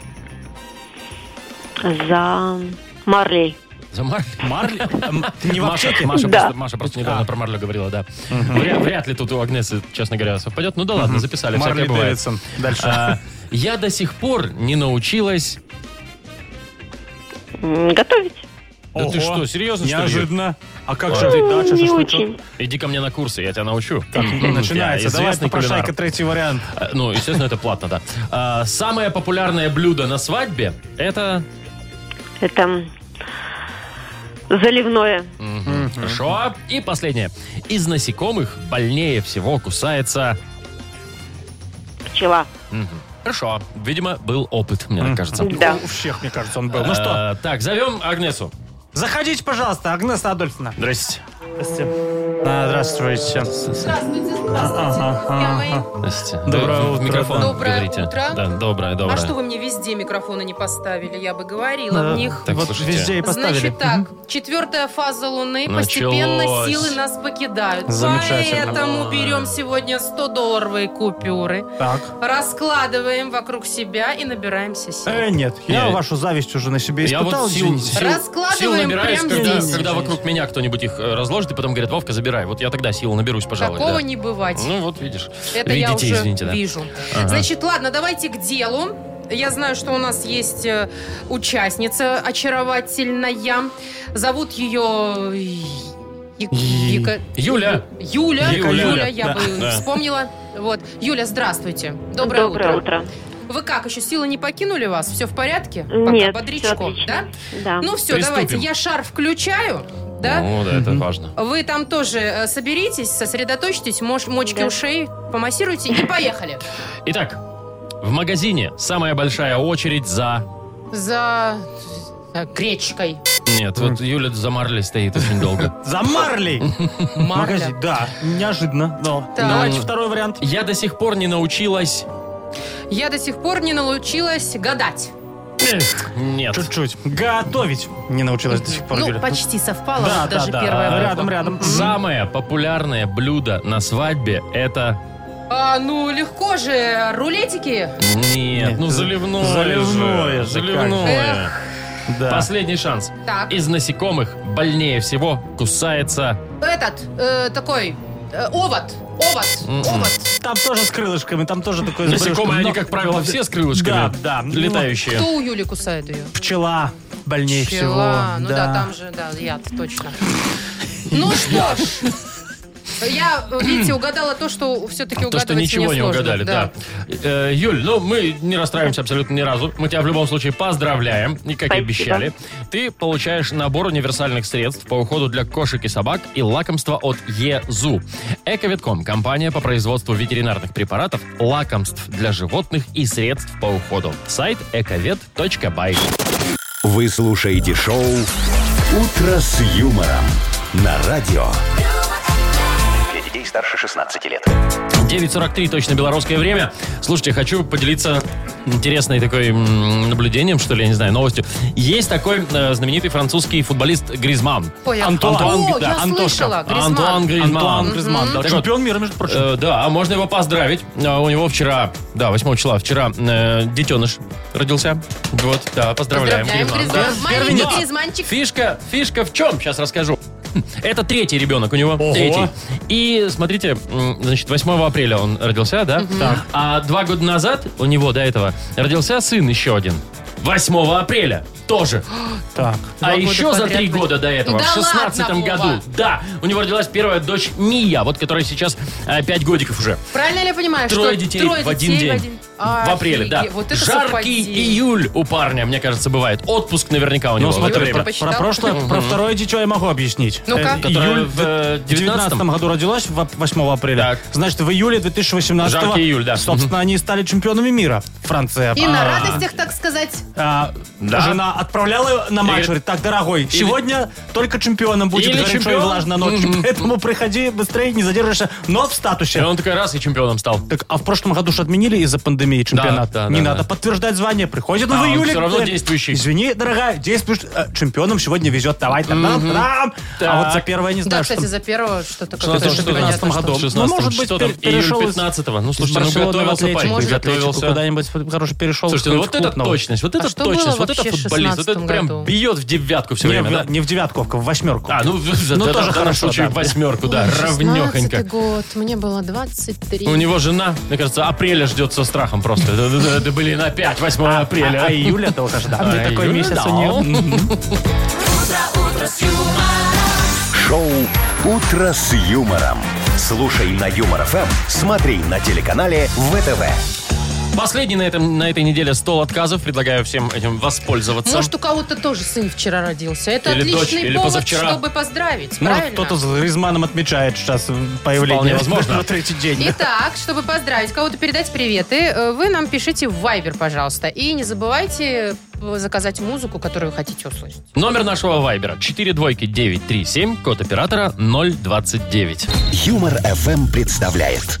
Speaker 9: За Марлей.
Speaker 2: За Марли?
Speaker 4: Марли? М, Ты не в
Speaker 2: Маша,
Speaker 4: аптеке?
Speaker 2: Маша,
Speaker 9: Да.
Speaker 2: просто, Маша просто недавно
Speaker 4: А.
Speaker 2: про Марлю говорила, да. Вряд, вряд ли тут у Агнесы, честно говоря, совпадет. Ну да ладно, записали,
Speaker 4: Марли
Speaker 2: всякое бывает.
Speaker 4: Дэвидсон. Дальше.
Speaker 2: А, я до сих пор не научилась...
Speaker 9: М, Готовить?
Speaker 2: Да ты
Speaker 4: Ого.
Speaker 2: что, серьезно, что ли?
Speaker 4: Неожиданно. А как же
Speaker 2: Ой,
Speaker 4: ты, Дача?
Speaker 9: не
Speaker 4: шашлычок?
Speaker 9: очень.
Speaker 2: Иди ко мне на курсы, я тебя научу. М,
Speaker 4: Начинается.
Speaker 2: я
Speaker 4: Давай,
Speaker 2: известный
Speaker 4: попрошайка,
Speaker 2: кулинар.
Speaker 4: третий вариант.
Speaker 2: А, Ну, естественно, это платно, да. А, самое популярное блюдо на свадьбе – это...
Speaker 9: Это м, заливное.
Speaker 2: Мгм. Хорошо. И последнее. Из насекомых больнее всего кусается...
Speaker 9: Пчела.
Speaker 2: Мгм. Хорошо. Видимо, был опыт, мне так кажется.
Speaker 9: Да.
Speaker 4: У всех, мне кажется, он был. Ну что,
Speaker 2: А, так, зовем Агнесу.
Speaker 4: заходите, пожалуйста, Агнеса Адольфовна.
Speaker 2: Здрасте.
Speaker 4: Здравствуйте.
Speaker 2: А,
Speaker 4: А, Здравствуйте.
Speaker 3: Здравствуйте, здравствуйте, друзья мои.
Speaker 2: Здрасте.
Speaker 4: Доброе
Speaker 2: Вы в
Speaker 4: утро,
Speaker 2: микрофон
Speaker 4: да.
Speaker 3: Доброе
Speaker 2: говорите.
Speaker 3: утро.
Speaker 2: Да, доброе, доброе.
Speaker 3: А что вы мне везде микрофоны не поставили? Я бы говорила в них.
Speaker 2: Так,
Speaker 4: вот
Speaker 2: слушайте.
Speaker 4: везде и поставили.
Speaker 3: Значит так, четвертая фаза Луны, постепенно
Speaker 2: Началось.
Speaker 3: силы нас покидают.
Speaker 4: Замечательно.
Speaker 3: Поэтому берем сегодня 100-долларовые купюры,
Speaker 4: Так.
Speaker 3: раскладываем вокруг себя и набираемся сил.
Speaker 4: Э, нет, я
Speaker 2: Я-
Speaker 4: вашу зависть уже на себе
Speaker 2: Я
Speaker 4: испытал,
Speaker 2: вот сил,
Speaker 4: извините.
Speaker 2: сил,
Speaker 3: Раскладываем
Speaker 2: сил набираюсь,
Speaker 3: прям
Speaker 2: когда,
Speaker 3: здесь.
Speaker 2: когда вокруг меня кто-нибудь их э, разложит, и потом говорит, Вовка, забирай. Вот я тогда сил наберусь, пожалуй.
Speaker 3: Такого
Speaker 2: да.
Speaker 3: не бывать.
Speaker 2: Ну вот, видишь.
Speaker 3: Это
Speaker 2: Видите,
Speaker 3: я уже
Speaker 2: извините, да.
Speaker 3: вижу.
Speaker 2: Ага.
Speaker 3: Значит, ладно, давайте к делу. Я знаю, что у нас есть э, участница очаровательная. Зовут ее... Е-
Speaker 4: Е-
Speaker 3: Ека-
Speaker 2: Юля. Юля,
Speaker 3: Юля. Юля,
Speaker 2: Юля,
Speaker 3: я
Speaker 4: да.
Speaker 3: бы
Speaker 2: Да.
Speaker 3: вспомнила. Вот. Юля, здравствуйте. Доброе, утро. Вы как, еще силы не покинули вас? Все в порядке? Пока
Speaker 9: Нет,
Speaker 3: бодрячком,
Speaker 9: всё отлично.
Speaker 3: да?
Speaker 9: Да.
Speaker 3: Ну все,
Speaker 2: Приступим.
Speaker 3: давайте, я шар включаю. да?
Speaker 2: Ну, да, это важно.
Speaker 3: Вы там тоже э, соберитесь, сосредоточьтесь, мож- мочки
Speaker 9: Да.
Speaker 3: ушей помассируйте и поехали.
Speaker 2: Итак, в магазине самая большая очередь за...
Speaker 3: За э, гречкой.
Speaker 2: Нет, вот Юля за Марли стоит очень долго.
Speaker 4: За Марли! Магазин, да. Неожиданно, но.
Speaker 3: Так.
Speaker 4: Давайте второй вариант.
Speaker 2: Я до сих пор не научилась...
Speaker 3: Я до сих пор не научилась гадать.
Speaker 2: Эх, Нет.
Speaker 4: Чуть-чуть. Готовить не научилась до сих пор,
Speaker 3: ну,
Speaker 4: Юля.
Speaker 3: почти совпало,
Speaker 4: Да,
Speaker 3: вот
Speaker 4: да,
Speaker 3: даже
Speaker 4: да.
Speaker 3: первое буква.
Speaker 4: Рядом, рядом.
Speaker 2: Самое популярное блюдо на свадьбе это...
Speaker 3: А, ну, легко же, рулетики.
Speaker 2: Нет, ну заливное
Speaker 4: Заливное
Speaker 2: же,
Speaker 4: же,
Speaker 2: Заливное.
Speaker 4: Да.
Speaker 2: Последний шанс.
Speaker 3: Так.
Speaker 2: Из насекомых больнее всего кусается...
Speaker 3: Этот, э, такой, э, овод, овод,
Speaker 2: М-м.
Speaker 3: овод.
Speaker 4: Там тоже с крылышками, там тоже такое... с
Speaker 2: Насекомые,
Speaker 4: брюшком,
Speaker 2: они,
Speaker 4: но-
Speaker 2: как правило, все с крылышками.
Speaker 4: Да, ну, да.
Speaker 2: Летающие.
Speaker 3: Кто у Юли кусает ее?
Speaker 4: Пчела больнее
Speaker 3: Пчела.
Speaker 4: всего.
Speaker 3: Ну да. там же, да, яд, точно. Ну что ж, я, видите, угадала то, что все-таки
Speaker 2: А То,
Speaker 3: угадывать
Speaker 2: что ничего не
Speaker 3: сложно,
Speaker 2: угадали, да. Э, Юль, ну мы не расстраиваемся абсолютно ни разу. Мы тебя в любом случае поздравляем. И как и
Speaker 9: Спасибо.
Speaker 2: обещали, ты получаешь набор универсальных средств по уходу для кошек и собак и лакомства от ЕЗУ. Эковетком – компания по производству ветеринарных препаратов, лакомств для животных и средств по уходу. Сайт эковет.бай.
Speaker 1: Вы слушаете шоу «Утро с юмором» на радио.
Speaker 5: Для детей старше 16 лет.
Speaker 2: 9.43, точно белорусское время. Слушайте, хочу поделиться интересной такой м, наблюдением, что ли, я не знаю, новостью. Есть такой э, знаменитый французский футболист Гризман.
Speaker 3: Ой, я-
Speaker 4: Антуан,
Speaker 3: О,
Speaker 2: да,
Speaker 3: я
Speaker 4: Антошка.
Speaker 3: слышала, Гризман.
Speaker 2: Антуан Гризман.
Speaker 4: Антуан Гризман, да.
Speaker 2: Так вот,
Speaker 4: Чемпион мира, между прочим.
Speaker 2: Э, да, а можно его поздравить. А у него вчера, да, 8 числа, вчера э, детеныш родился. Вот, да, поздравляем.
Speaker 3: Поздравляем,
Speaker 2: Гризман,
Speaker 3: Гризман.
Speaker 2: да.
Speaker 3: Маленький
Speaker 2: Но
Speaker 3: Гризманчик.
Speaker 2: Фишка, фишка в чем? Сейчас расскажу. Это третий ребенок у него. Третий. И смотрите, м, значит, 8 апреля он родился, да? А два года назад у него до этого родился сын еще один. 8 апреля тоже.
Speaker 4: Так.
Speaker 2: А
Speaker 3: года
Speaker 2: еще за
Speaker 3: подряд
Speaker 2: три
Speaker 3: будет.
Speaker 2: года до этого,
Speaker 3: Да
Speaker 2: в 16
Speaker 3: ладно, Вова.
Speaker 2: году, да, у него родилась первая дочь Мия, вот которая сейчас 5 годиков уже.
Speaker 3: Правильно ли я понимаю, что
Speaker 2: Трое детей в один
Speaker 3: детей
Speaker 2: день. В апреле, да.
Speaker 3: Офигеть, Вот это
Speaker 2: Жаркий
Speaker 3: совпадение.
Speaker 2: июль у парня, мне кажется, бывает. Отпуск наверняка у него
Speaker 4: Ну,
Speaker 2: в это
Speaker 4: смотри,
Speaker 2: время.
Speaker 4: про,
Speaker 3: Почитал?
Speaker 4: про прошлое, про второе дитё я могу объяснить.
Speaker 3: Ну-ка.
Speaker 4: Э,
Speaker 2: Которое
Speaker 4: Июль
Speaker 2: в,
Speaker 4: в
Speaker 2: э,
Speaker 4: 2019 году родилась, в- 8 апреля.
Speaker 2: Так.
Speaker 4: Значит, в июле 2018
Speaker 2: Жаркий июль, да.
Speaker 4: Собственно, они стали чемпионами мира. Франция.
Speaker 3: И
Speaker 4: А,
Speaker 3: на радостях, так сказать,
Speaker 4: а,
Speaker 2: Да.
Speaker 4: Жена отправляла на матч,
Speaker 2: Или-
Speaker 4: говорит, так, дорогой, сегодня только чемпионом будет,
Speaker 2: Или
Speaker 4: говорит, что и
Speaker 2: чемпион.
Speaker 4: влажно ночью, поэтому приходи быстрее, не задержишься, но в
Speaker 2: И
Speaker 4: статусе.
Speaker 2: он такой раз и чемпионом стал.
Speaker 4: Так, а в прошлом году же отменили из-за пандемии чемпионат.
Speaker 2: да,
Speaker 4: не
Speaker 2: да,
Speaker 4: надо
Speaker 2: да.
Speaker 4: подтверждать звание. Приходит он
Speaker 2: А,
Speaker 4: в
Speaker 2: он
Speaker 4: июле.
Speaker 2: всё равно
Speaker 4: говорит,
Speaker 2: действующий.
Speaker 4: Извини, дорогая, действующий. э, Чемпионом сегодня везет. Давай, там, там, там». А вот за первое не
Speaker 3: да,
Speaker 4: знаю,
Speaker 3: кстати,
Speaker 4: что-
Speaker 3: за первого
Speaker 2: Что-то,
Speaker 3: что-то как-то
Speaker 2: что-то в
Speaker 3: непонятно,
Speaker 2: 16
Speaker 3: что.
Speaker 2: году.
Speaker 4: Ну, может быть,
Speaker 2: что там,
Speaker 4: пер- перешел
Speaker 2: июль
Speaker 4: из-
Speaker 2: 15-го. Ну, слушайте,
Speaker 4: Из
Speaker 2: ну,
Speaker 4: Барселоны в
Speaker 2: готовился
Speaker 4: Атлетику,
Speaker 2: парень,
Speaker 4: в Атлетику
Speaker 2: готовился.
Speaker 4: Куда-нибудь, хорошо, перешел.
Speaker 2: Слушайте, ну вот
Speaker 4: какой-нибудь
Speaker 2: это
Speaker 4: клуб новый.
Speaker 2: точность, вот
Speaker 3: А
Speaker 2: это
Speaker 3: что
Speaker 2: точность,
Speaker 3: было
Speaker 2: вот это
Speaker 3: вообще в
Speaker 2: футболист, вот это
Speaker 3: 16-м
Speaker 2: прям
Speaker 3: году?
Speaker 2: бьет в девятку все
Speaker 4: Не,
Speaker 2: время,
Speaker 4: в-
Speaker 2: да?
Speaker 4: Не в девятковку, в восьмерку.
Speaker 2: А, ну,
Speaker 4: Ну,
Speaker 2: да,
Speaker 4: тоже
Speaker 2: да, в данном
Speaker 4: хорошо,
Speaker 2: случае
Speaker 4: да.
Speaker 2: восьмерку, да,
Speaker 3: Ну, Шестнадцатый
Speaker 2: равнехонько.
Speaker 3: год, мне было 23.
Speaker 2: У него жена, мне кажется, апреля ждет со страхом просто. Да, да, да, Да блин, опять 8 апреля.
Speaker 4: А, а июля долго ждать.
Speaker 2: А
Speaker 4: Да, ну, такой
Speaker 2: июля,
Speaker 4: месяц
Speaker 2: да.
Speaker 4: у нее.
Speaker 1: Шоу «Утро с юмором». Слушай на Юмор ФМ, смотри на телеканале ВТВ.
Speaker 2: Последний на, этом, на этой неделе стол отказов. Предлагаю всем этим воспользоваться.
Speaker 3: Может, у кого-то тоже сын вчера родился. Это
Speaker 2: Или дочь,
Speaker 3: отличный
Speaker 2: или
Speaker 3: повод,
Speaker 2: позавчера. Ну,
Speaker 3: чтобы поздравить,
Speaker 4: Может,
Speaker 3: правильно?
Speaker 4: кто-то с Ризманом отмечает сейчас появление.
Speaker 2: Вполне возможно.
Speaker 4: на третий день.
Speaker 3: Итак, чтобы поздравить кого-то, передать приветы, э, вы нам пишите в Viber, пожалуйста. И не забывайте э, заказать музыку, которую вы хотите услышать.
Speaker 2: Номер нашего вайбера 4 двойки 937, код оператора 029.
Speaker 1: Юмор ФМ представляет.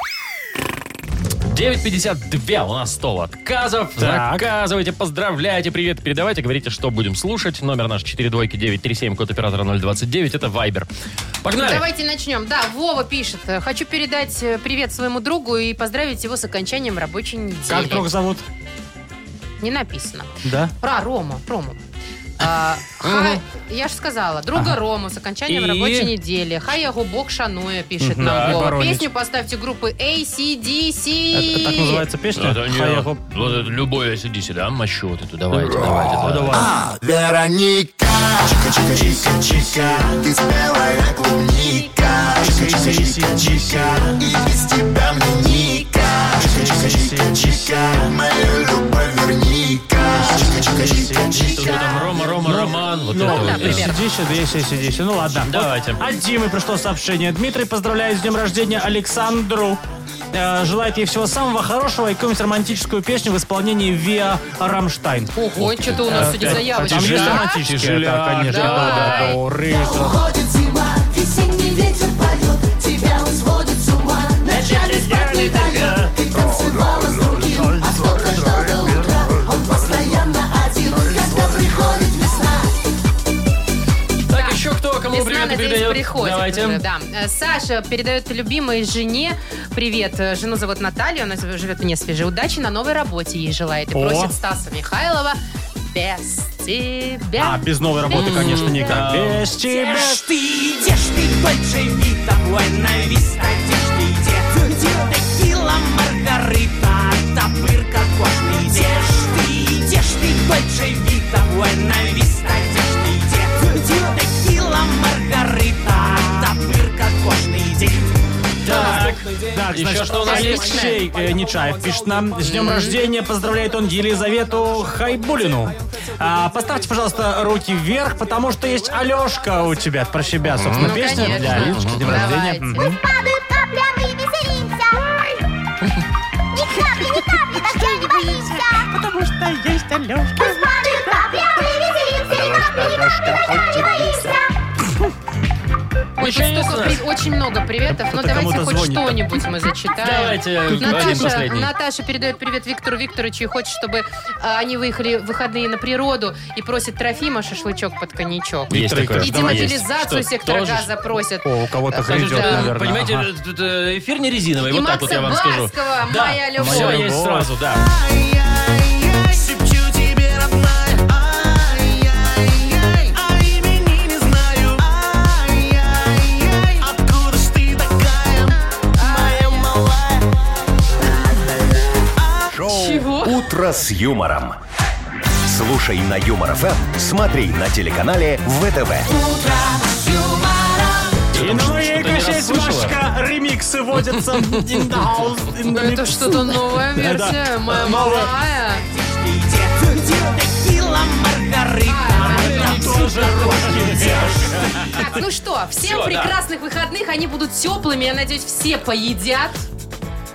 Speaker 2: 9.52 у нас стол отказов.
Speaker 4: Так.
Speaker 2: Заказывайте, поздравляйте, привет передавайте, говорите, что будем слушать. Номер наш 4 двойки 937, код оператора 029, это вайбер. Погнали!
Speaker 3: Давайте начнем. Да, Вова пишет. э, Хочу передать э, привет своему другу и поздравить его с окончанием рабочей недели.
Speaker 4: Как друг зовут?
Speaker 3: Не написано.
Speaker 4: Да.
Speaker 3: Про Рому. Рому. А, ха- Я же сказала, друга Рому с окончанием
Speaker 2: И?
Speaker 3: рабочей недели. Хая Губок Шануя пишет
Speaker 4: Мгм. Да,
Speaker 3: нам Вова.
Speaker 4: Воронич.
Speaker 3: Песню поставьте группы
Speaker 4: Это так
Speaker 3: ACDC.
Speaker 4: называется песня? Хая хоп.
Speaker 2: Любой сиди сюда, мощу вот эту, давайте, давайте,
Speaker 4: А,
Speaker 2: давайте.
Speaker 4: давай.
Speaker 10: Вероника, чика, чика, чика, чика, ты спелая клубника, чика, чика, чика, чика, и без тебя мне ника, чика, чика, чика, чика, мою любовь верника, чика, чика, чика,
Speaker 2: Что вы
Speaker 10: чика.
Speaker 2: там, Рома,
Speaker 4: Ну,
Speaker 2: Рома, Роман, вот это вот,
Speaker 3: Ну, да,
Speaker 2: да.
Speaker 3: примерно.
Speaker 4: Сиди сюда, если сиди сюда. Ну ладно.
Speaker 2: Давайте.
Speaker 4: Вот От Димы пришло сообщение. Дмитрий, поздравляю с днем рождения Александру. Э, Желает ей всего самого хорошего и какую-нибудь романтическую песню в исполнении Виа Рамштайн.
Speaker 3: Ого, что-то у нас
Speaker 4: Э,
Speaker 3: сегодня заявочка.
Speaker 4: Там есть
Speaker 3: да?
Speaker 4: романтические,
Speaker 2: Тяжеляк,
Speaker 4: да, конечно.
Speaker 3: давай.
Speaker 4: да, да, да, рыжая.
Speaker 10: Уходит зима, весенний ветер поет, тебя он сводит с ума. Ночами спать не дает, ты танцевала с другим, а кто-то ждал до утра. Он постоянно один, когда приходит весна.
Speaker 2: Так, еще кто, кому
Speaker 3: Весна,
Speaker 2: привет
Speaker 3: надеюсь,
Speaker 2: передает?
Speaker 3: приходит уже,
Speaker 2: Давайте.
Speaker 3: да. Э, Саша передает любимой жене привет. Э, Жену зовут Наталья, она жив- живет вне свежей удачи, на новой работе ей желает. И
Speaker 4: О.
Speaker 3: просит Стаса Михайлова без тебя.
Speaker 4: А, без новой работы, конечно, никак. Без тебя.
Speaker 11: Ты идешь, ты подживи тобой на вис одежды Где, где текила, маргарита, топырка, кожный Где ж ты идешь, ты подживи тобой на вис одежды Где, где текила, маргарита, топырка, кожный день
Speaker 2: Так,
Speaker 4: Так,
Speaker 2: Еще
Speaker 4: значит,
Speaker 2: что у нас
Speaker 3: есть?
Speaker 4: Алексей э, Нечаев пишет нам. С днем рождения поздравляет он Елизавету Хайбулину. А, поставьте, пожалуйста, руки вверх, потому что есть Алешка у тебя. Про себя, собственно,
Speaker 3: Ну,
Speaker 4: песня для
Speaker 3: конечно.
Speaker 4: Алишки. с Днем рождения.
Speaker 3: Давайте.
Speaker 4: Мгм.
Speaker 10: Падают капли, а мы веселимся. Ни капли, ни капли, дождя не боимся.
Speaker 11: Потому что есть Алешка
Speaker 10: Пусть падают капли, а мы веселимся. Ни капли, ни капли, дождя не боимся.
Speaker 3: Ой,
Speaker 2: Еще
Speaker 3: тут
Speaker 2: не
Speaker 3: столько
Speaker 2: знаю.
Speaker 3: при- Очень много приветов, но
Speaker 4: Кто-то
Speaker 3: давайте
Speaker 4: кому-то
Speaker 3: хоть
Speaker 4: звонит там.
Speaker 3: что-нибудь мы зачитаем.
Speaker 2: Давайте
Speaker 4: э,
Speaker 2: один
Speaker 3: Наташа,
Speaker 2: последний.
Speaker 3: Наташа передает привет Виктору Викторовичу и хочет, чтобы э, они выехали в выходные на природу и просит Трофима шашлычок под коньячок.
Speaker 2: Есть
Speaker 4: Виктор
Speaker 2: такое.
Speaker 3: И
Speaker 4: давай есть.
Speaker 3: демобилизацию
Speaker 2: Что,
Speaker 3: сектора
Speaker 2: тоже ж?
Speaker 3: газа просят.
Speaker 4: О, у кого-то
Speaker 2: Потому
Speaker 4: грядет,
Speaker 2: что,
Speaker 4: наверное.
Speaker 2: а, Понимаете,
Speaker 4: Ага.
Speaker 2: тут, э, эфир не резиновый,
Speaker 3: И
Speaker 2: вот так
Speaker 3: Макса
Speaker 2: вот я вам скажу.
Speaker 3: Барского,
Speaker 2: Да,
Speaker 3: «Моя любовь».
Speaker 2: все
Speaker 4: «Моя
Speaker 2: есть
Speaker 4: любовь».
Speaker 2: сразу, да.
Speaker 11: Ай-яй-яй, шепчу тебе, родная Ай-яй-яй, а имени не знаю Ай-яй-яй, откуда ж ты такая Моя малая
Speaker 1: Шоу
Speaker 3: Чего?
Speaker 1: «Утро с юмором». Слушай на Юмор ФМ, смотри на телеканале ВТВ.
Speaker 4: И ну и
Speaker 2: что-то не расслышала.
Speaker 4: Машка ремиксы водятся. In the house, in the
Speaker 3: Ну, Это
Speaker 4: mix.
Speaker 3: что-то новая версия,
Speaker 4: Да.
Speaker 3: моя
Speaker 4: Новая.
Speaker 3: малая.
Speaker 11: Где текила, маргарита,
Speaker 4: Тоже русский дед.
Speaker 3: Так, ну что, всем
Speaker 2: Всё, да.
Speaker 3: прекрасных выходных, они будут теплыми, я надеюсь, все поедят.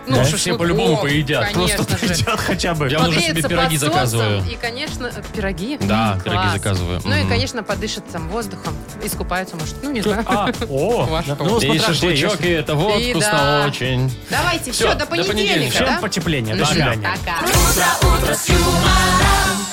Speaker 3: Ну,
Speaker 2: Да,
Speaker 3: шашлыков,
Speaker 2: все по-любому поедят,
Speaker 3: Конечно
Speaker 4: Просто
Speaker 3: же.
Speaker 4: придет хотя бы.
Speaker 2: Я уже
Speaker 3: Погреются
Speaker 2: себе пироги
Speaker 3: под солнцем
Speaker 2: заказываю.
Speaker 3: И, конечно, э, пироги.
Speaker 2: Да,
Speaker 3: М,
Speaker 2: пироги
Speaker 3: класс.
Speaker 2: заказываю.
Speaker 3: Ну и,
Speaker 2: Мгм.
Speaker 3: конечно, подышат там воздухом, искупаются, может, ну не знаю.
Speaker 4: А, о,
Speaker 3: Ваш
Speaker 4: ну
Speaker 2: И
Speaker 4: смотря где,
Speaker 2: шашлычок, и
Speaker 4: если-
Speaker 2: это а вот
Speaker 3: И
Speaker 2: вкусно
Speaker 3: да.
Speaker 2: очень.
Speaker 3: Давайте, все,
Speaker 2: Всё,
Speaker 3: до
Speaker 2: до понедельника.
Speaker 3: понедельника,
Speaker 4: Всем
Speaker 3: да?
Speaker 4: потепление.
Speaker 3: Ну
Speaker 4: До
Speaker 3: всё,
Speaker 4: свидания.
Speaker 3: Пока.
Speaker 11: утро, утро с юмором